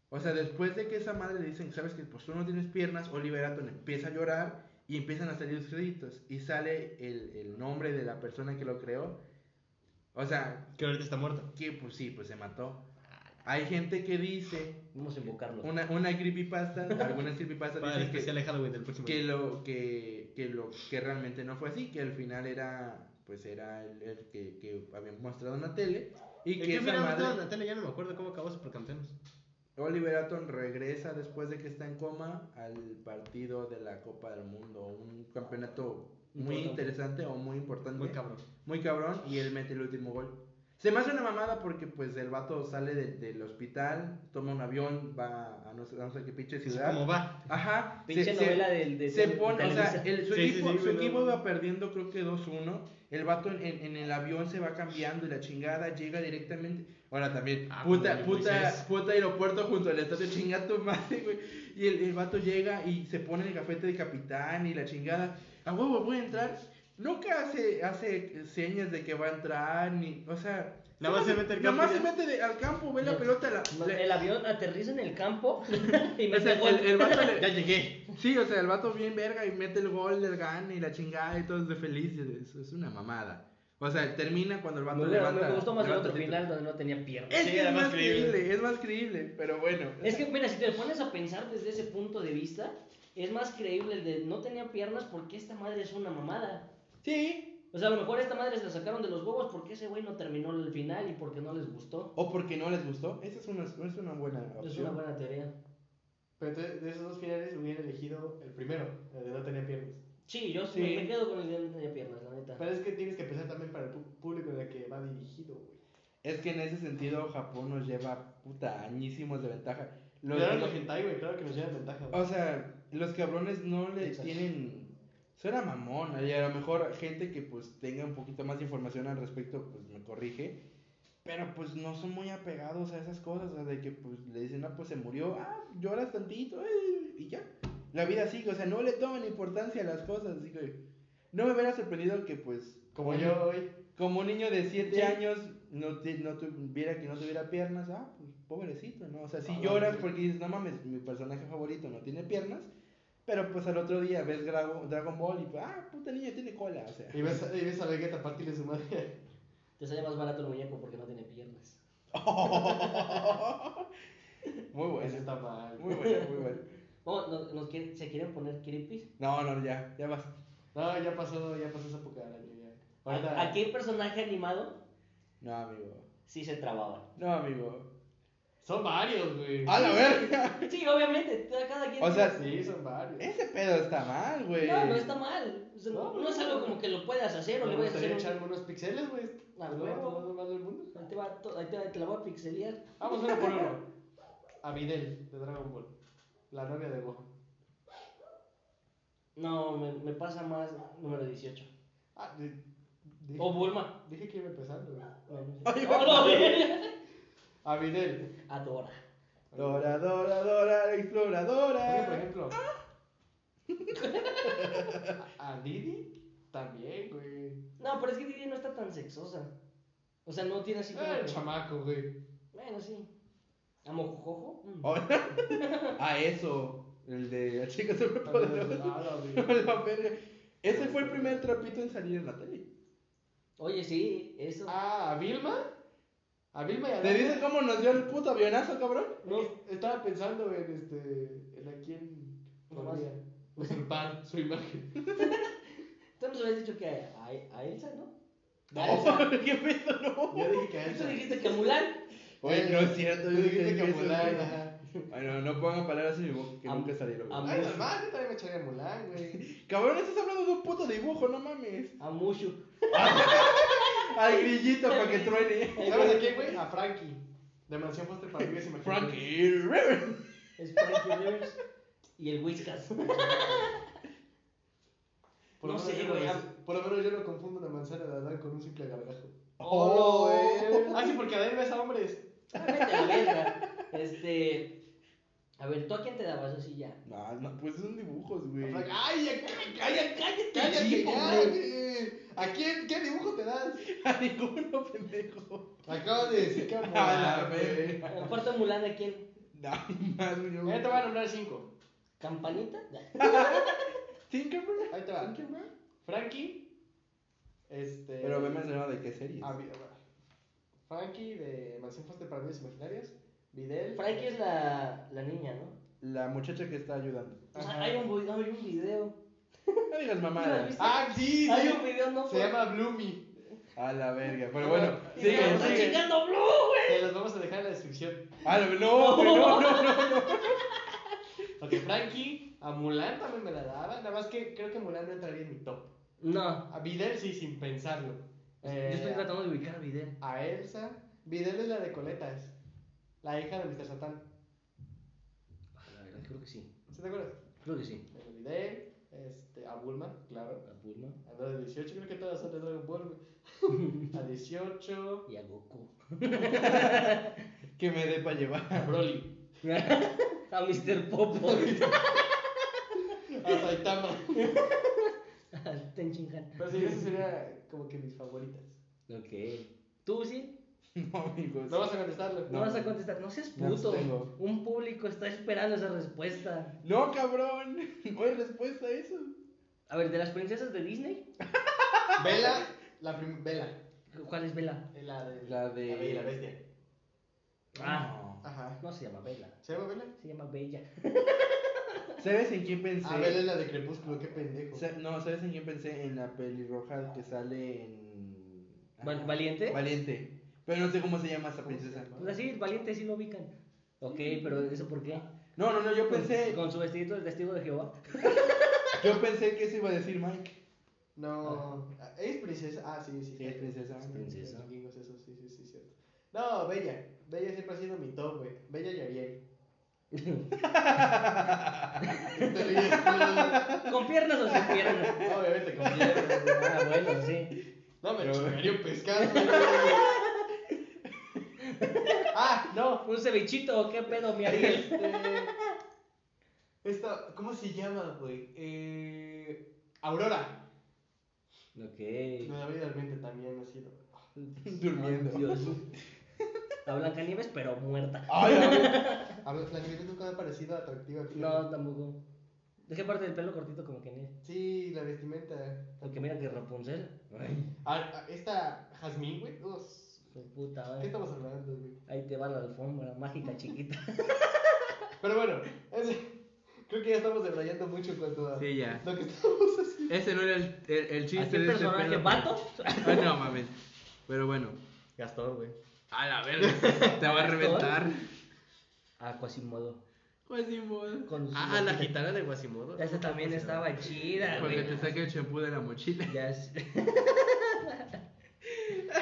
O sea, después de que esa madre le dicen, sabes que pues tú no tienes piernas, Oliver Atom empieza a llorar y empiezan a salir los créditos y sale el, el nombre de la persona que lo creó. O sea, Que ahorita está muerto. que pues sí, pues se mató. Hay gente que dice, Vamos a invocarlo. una, una creepypasta, algunas creepypastas Para el dicen que, especial de Halloween del próximo. que año. lo que, que lo que realmente no fue así que al final era pues era el, el que, que habían mostrado en la tele y ¿Y que qué esa miraba en madre la tele? Ya no me acuerdo cómo acabó Supercampeones. Oliver Atom regresa después de que está en coma al partido de la Copa del Mundo un campeonato muy Importante. interesante o muy importante Muy cabrón. muy cabrón, y él mete el último gol se me hace una mamada porque pues el vato sale de- del hospital toma un avión va a no sé, a no sé qué pinche ciudad ¿Cómo va? Ajá. Pinche novela del- de se tele- pone, o Televisa. sea, el- su Sí, sí, equipo, sí, su güey, equipo no, va no. perdiendo creo que 2-1. El vato en, en- en el avión se va cambiando y la chingada llega directamente. Ahora también, Ah, puta, güey, puta, Moisés. puta aeropuerto junto al estadio, chinga tu madre, güey. Y el, el vato llega y se pone el gafete de capitán y la chingada. A huevo, voy a entrar. Nunca hace, hace señas de que va a entrar, ni, o sea. Nada más se mete al campo Nomás y se ya. mete de- al campo, ve la No, pelota. La, No, la- el avión aterriza en el campo y o sea, mete gol. el- el vato le- Ya llegué. Sí, o sea, el vato bien verga y mete el gol del gana y la chingada y todos de felices. Eso es una mamada. O sea, termina cuando el vato Me, hubiera- levanta. me gustó más el levanta otro título. final donde no tenía piernas. Es Sí, que era es más más creíble. creíble. es más creíble, pero bueno. Es que, mira, si te pones a pensar desde ese punto de vista, es más creíble el de no tenía piernas porque esta madre es una mamada. Sí. O sea, a lo mejor esta madre se la sacaron de los huevos porque ese güey no terminó el final y porque no les gustó. O porque no les gustó. Esa es una, es una buena opción. Es una buena teoría. Pero entonces, de esos dos finales hubiera elegido el primero, el de no tenía piernas. Sí, yo Sí. Me, me quedo con el de no tenía piernas, la neta. Pero es que tienes que pensar también para el pu- público en el que va dirigido, güey. Es que en ese sentido Japón nos lleva puta añísimos de ventaja. Los- Claro, los hentai, güey, claro que nos llevan ventaja. güey. O sea, los cabrones no le Exacto. tienen. Suena mamón, y a lo mejor gente que pues tenga un poquito más de información al respecto, pues me corrige. Pero pues no son muy apegados a esas cosas, o sea, de que pues le dicen, ah, pues se murió, ah, lloras tantito, eh, y ya. La vida sigue, o sea, no le toman importancia a las cosas, así que no me hubiera sorprendido que pues... Como un- yo hoy. Como un niño de 7 Sí. años no, ti- no tuviera que no tuviera piernas, ah, pues pobrecito, ¿no? O sea, si Ah, lloras sí. porque dices, no mames, mi personaje favorito no tiene piernas, pero pues al otro día ves Drago- Dragon Ball y pues, ah, puta niño tiene cola, o sea. Y ves, y ves a Vegeta partirle su madre. Te sale más barato el muñeco porque no tiene piernas. Muy Eso bueno, Pues está mal. muy bueno, muy bueno. Oh, no- nos quiere- ¿Se quieren poner creepy? No, no, ya, ya basta. No, ya pasó, ya pasó esa época del año ya. ¿A, a qué personaje animado No, amigo. sí se trababan. No, amigo. Son varios, güey. A la verga. Sí, obviamente, cada quien. O sea, eh, Sí, son varios. Ese pedo está mal, güey. No, no está mal. O sea, no, no es algo como que lo puedas hacer o le Me voy a hacer. gustaría un- echar unos pixeles, güey. Ah, Los huevo. más- los más del mundo. Ahí te, va to- ahí te, te la voy a pixelear. Vamos uno por uno. Abidel, de Dragon Ball. La novia de Gohan. No, me, me pasa más número 18. Ah, de- dije, O Bulma. dije que iba empezando, güey. Bueno, no, no, güey. Abidel. Adora. Dora, Dora, Dora, la Oye, por exploradora. ejemplo. A a Didi también, güey. No, pero es que Didi no está tan sexosa. O sea, no tiene así como. Ah, el que- chamaco, güey. Bueno, sí. ¿A Mojojojo? Mm. Oh. ah, eso. El de la chica Ah, no, superpoderosa. no, güey. La verga. Ese fue el primer trapito en salir en la tele. Oye, sí, eso. Ah, a Vilma. A Vilma y a ¿Te Didi. dice cómo nos dio el puto avionazo, cabrón? No, estaba pensando en este. en a quién Nomás. podría usurpar su imagen. Tú nos habías dicho que a, a, a Elsa, ¿no? A Elsa. No, qué pedo, no. Yo dije que a Tú Elsa. dijiste que a Mulan. Oye, no es cierto. Yo dije que a eso, Mulan. güey. ajá. Ay, no, no pongan palabras en mi boca que Am- nunca salieron. güey. am- Ay, normal, yo también me echaría a Mulan, güey. Cabrón, estás hablando de un puto dibujo, no mames. A Mushu. Al grillito para que truene. ¿Sabes a quién, güey? A Frankie. De Mansión Foster para Vives Imaginarias. Frankie Rivers. Es Frankie Rivers. Y el Whiskas. Por No lo menos sé, yo güey, no- a- Por lo menos yo no confundo una manzana de Adán con un simple gargajo. Oh, güey. Ah, sí, porque Adán besa hombres. Ah, vete a la verga. Este. A ver, ¿tú a quién te dabas así ya? No, no, pues son dibujos, A güey. Frankie- Ay, ya, cállate, cállate, sí, cállate, ya, hombre. güey. ¿A quién, qué dibujo te das? A ah, ninguno, pendejo. Acabo de decir que a A la Mulan, güey. verga. Aparte de Mulan, ¿a quién? No, más, güey. Ya te voy a nombrar cinco. ¿Campanita? Tinkerbell. Ahí te va. Frankie. Este. Pero me mencionado de qué serie. a Vi- Frankie de Mansión Foster para Vidas Imaginarias. Videl. Frankie es la, la niña, ¿no? La muchacha que está ayudando. O sea, Ajá. hay un, vi- hay un video. No digas mamada. ¿Viste? Ah, sí. Hay sí. un video, no Se fue- llama Bloomy. A la verga. Pero bueno, Y sigue, me está sigue. chingando Blue, güey. Te los vamos a dejar en la descripción. A la- no, güey, no, no, no. Ok, Frankie. A Mulan también me la daba. Nada más que creo que Mulan no entraría en mi top. No. A Videl sí, sin pensarlo. Eh, Yo estoy tratando de ubicar a Videl. A Elsa. Videl es la de Coletas. La hija de Mr. Satan. Ah, La verdad, creo que sí. ¿Sí te acuerdas? Creo que sí. Bueno, Videl. Este, a Bulma, claro. A Bulma A 18, creo que todas son de Dragon Ball. güey. A 18. y a Goku. Que me dé para llevar. A Broly. a Mr. Popo. A Saitama. a Tenchinhan. Pero sí, esas serían como que mis favoritas. Ok. ¿Tú sí? No, amigos. No vas a contestarlo. No, vas a contestar. No seas No, puto. tengo. Un público está esperando esa respuesta. No, cabrón. No hay respuesta a eso. A ver, de las princesas de Disney, Vela. La prim... Vela. ¿cuál es Bella? Eh, La de. La de- La Bella y la Bestia. Ah. Ajá. No se llama Bella. ¿Se llama Vela? Se llama Bella. ¿Sabes en quién pensé? Ah, Vela es la de Crepúsculo, qué pendejo. Sa- No, ¿sabes en quién pensé? En la pelirroja que sale en... Val- Ah, ¿Valiente? Valiente. Pero no sé cómo se llama esa princesa. Pues así, el valiente sí lo ubican. Ok, pero ¿eso por qué? No, no, no, yo pensé... Con su vestidito del testigo de Jehová. Yo pensé que eso iba a decir Mike. No. ¿Es princesa? Ah, sí, sí. Sí, es princesa. Es princesa. Los vikingos, eso, sí, sí, sí, cierto. No, Bella. Bella siempre ha sido mi top, güey. Bella y Ariel. Te ríes, tú. ¿Con piernas o sin piernas? Obviamente, con Bella. Ah, bueno, sí. No, me Pero- chingaría un pescado. güey. ah, no. ¿Un cevichito o qué pedo, mi Ariel? Este... Esta, ¿cómo se llama, güey? Eh... Aurora. Ok. No, David Almente también ha sido. Durmiendo. Ay, Dios. A Blancanieves, pero muerta. Ay, la Blancanieves nunca me ha parecido atractiva. fíjate. No, tampoco. Dejé parte del pelo cortito como que ni. Sí, la vestimenta. Porque mira que Rapunzel. Ay, A, a- esta Jazmín, güey. Dios. su puta ¿Qué madre. estamos hablando, güey? Ahí te va la alfombra mágica chiquita. Pero bueno, ese- creo que ya estamos debrayando mucho en cuanto a Sí, ya. lo que estamos haciendo. Ese no era el, el, el ¿Así chiste de este personaje pedo. vato? Ay, no, mames. Pero bueno. Gastón, güey. A la verga. Te va a reventar. A Quasimodo. Pues Quasimodo. Con sus Ah, la botitas. gitana de Guasimodo. Esa también estaba chida, Porque güey. te saca el champú de la mochila. Ya es.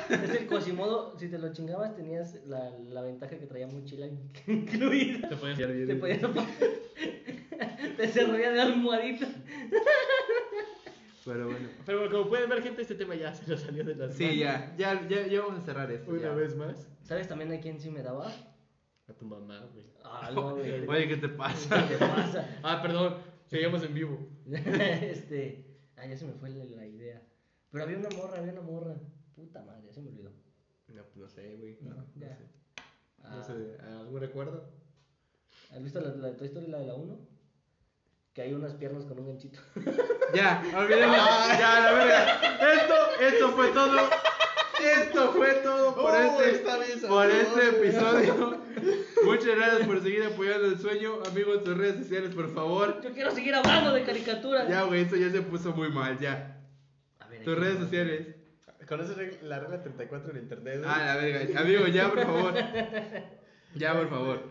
es el Quasimodo. Si te lo chingabas, tenías la, la ventaja que traía mochila incluida. Te podías Te podías Te servían de almohadita. Pero bueno. Pero bueno, como pueden ver, gente, este tema ya se nos salió de las Sí, manos. ya, ya, ya, ya vamos a cerrar esto. Una ya. vez más. ¿Sabes también a quién sí me daba? A tu mamá, güey. Ah, no, güey. Oye, ¿qué te ¿Qué pasa? te pasa? Ah, perdón. Seguimos en vivo. este. Ah, ya se me fue la, la idea. Pero había una morra, había una morra. Puta madre, ya se me olvidó. No, no sé, güey. No, ya. sé. Ah, No sé. ¿Algún recuerdo? ¿Has visto la, la de Toy Story, la de la 1? Que hay unas piernas con un ganchito. Ya, olvidemos. Ya, la verga. Esto, esto fue todo. Esto fue todo por Oh, está bien este, por sabroso. este episodio. Muchas gracias por seguir apoyando el sueño. Amigos, tus redes sociales, por favor. Yo quiero seguir hablando de caricaturas. Ya, güey, esto ya se puso muy mal, ya. A ver, Tus aquí- redes sociales. ¿Conoces reg- la regla 34 en internet? güey? Ah, la verga. Amigo, ya, por favor. Ya, por favor.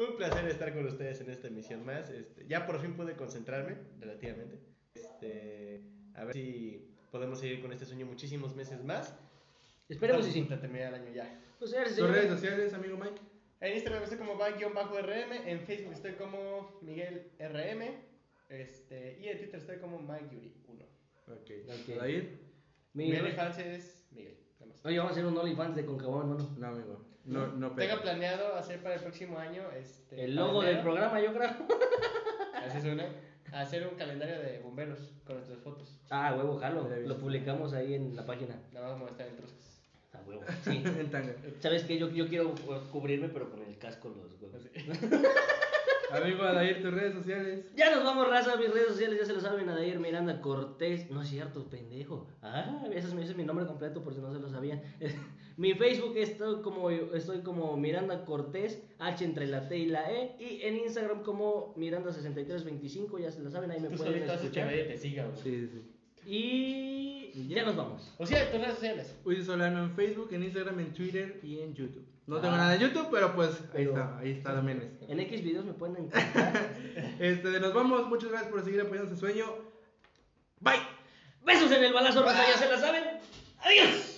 Un placer estar con ustedes en esta emisión más. Este, ya por fin pude concentrarme, relativamente. Este, a ver si podemos seguir con este sueño muchísimos meses más. Esperemos y Hasta sí. terminar el año ya. Pues señores y Tus redes señores, sociales, amigo Mike. En Instagram estoy como Mike-RM, en Facebook estoy como Miguel RM, este, y en Twitter estoy como MikeYuri1. Ok. Ok. ¿David? Mi mi- OnlyFans es Miguel, nada más. Oye, vamos a hacer un OnlyFans de Concabón, hermano. No, amigo. No, no Tengo pega. planeado hacer para el próximo año este, El logo del calendario- programa, yo creo. Así suena. Hacer un calendario de bomberos con nuestras fotos. Ah, huevo, jalo. Ya vi. Lo publicamos ahí en la página. Nada más vamos a estar en trozos. Ah, huevo. Sí. En tanga. ¿Sabes qué? Yo, yo quiero cubrirme, pero con el casco los huevos. Amigo Adair, tus redes sociales. Ya nos vamos, raza. Mis redes sociales ya se lo saben. Adair Miranda Cortés. No es cierto, pendejo. Ah, ese es, mi- ese es mi nombre completo por si no se lo sabían. mi Facebook estoy como, estoy como Miranda Cortés, H entre la T y la E. Y en Instagram como Miranda6325. Ya se lo saben, ahí me Tú pueden solito haces Pues, que escuchar. nadie te siga, güey. Sí, sí, sí. Y ya nos vamos. O sea, tus redes sociales. Uzi Solano en Facebook, en Instagram, en Twitter y en YouTube. No tengo Ah. nada en YouTube, pero pues ahí Pero- está, ahí está también. es. En X videos me pueden encontrar. Este, nos vamos, muchas gracias por seguir este apoyando su sueño. Bye. Besos en el balazo, raza. Ya se lo saben. Adiós.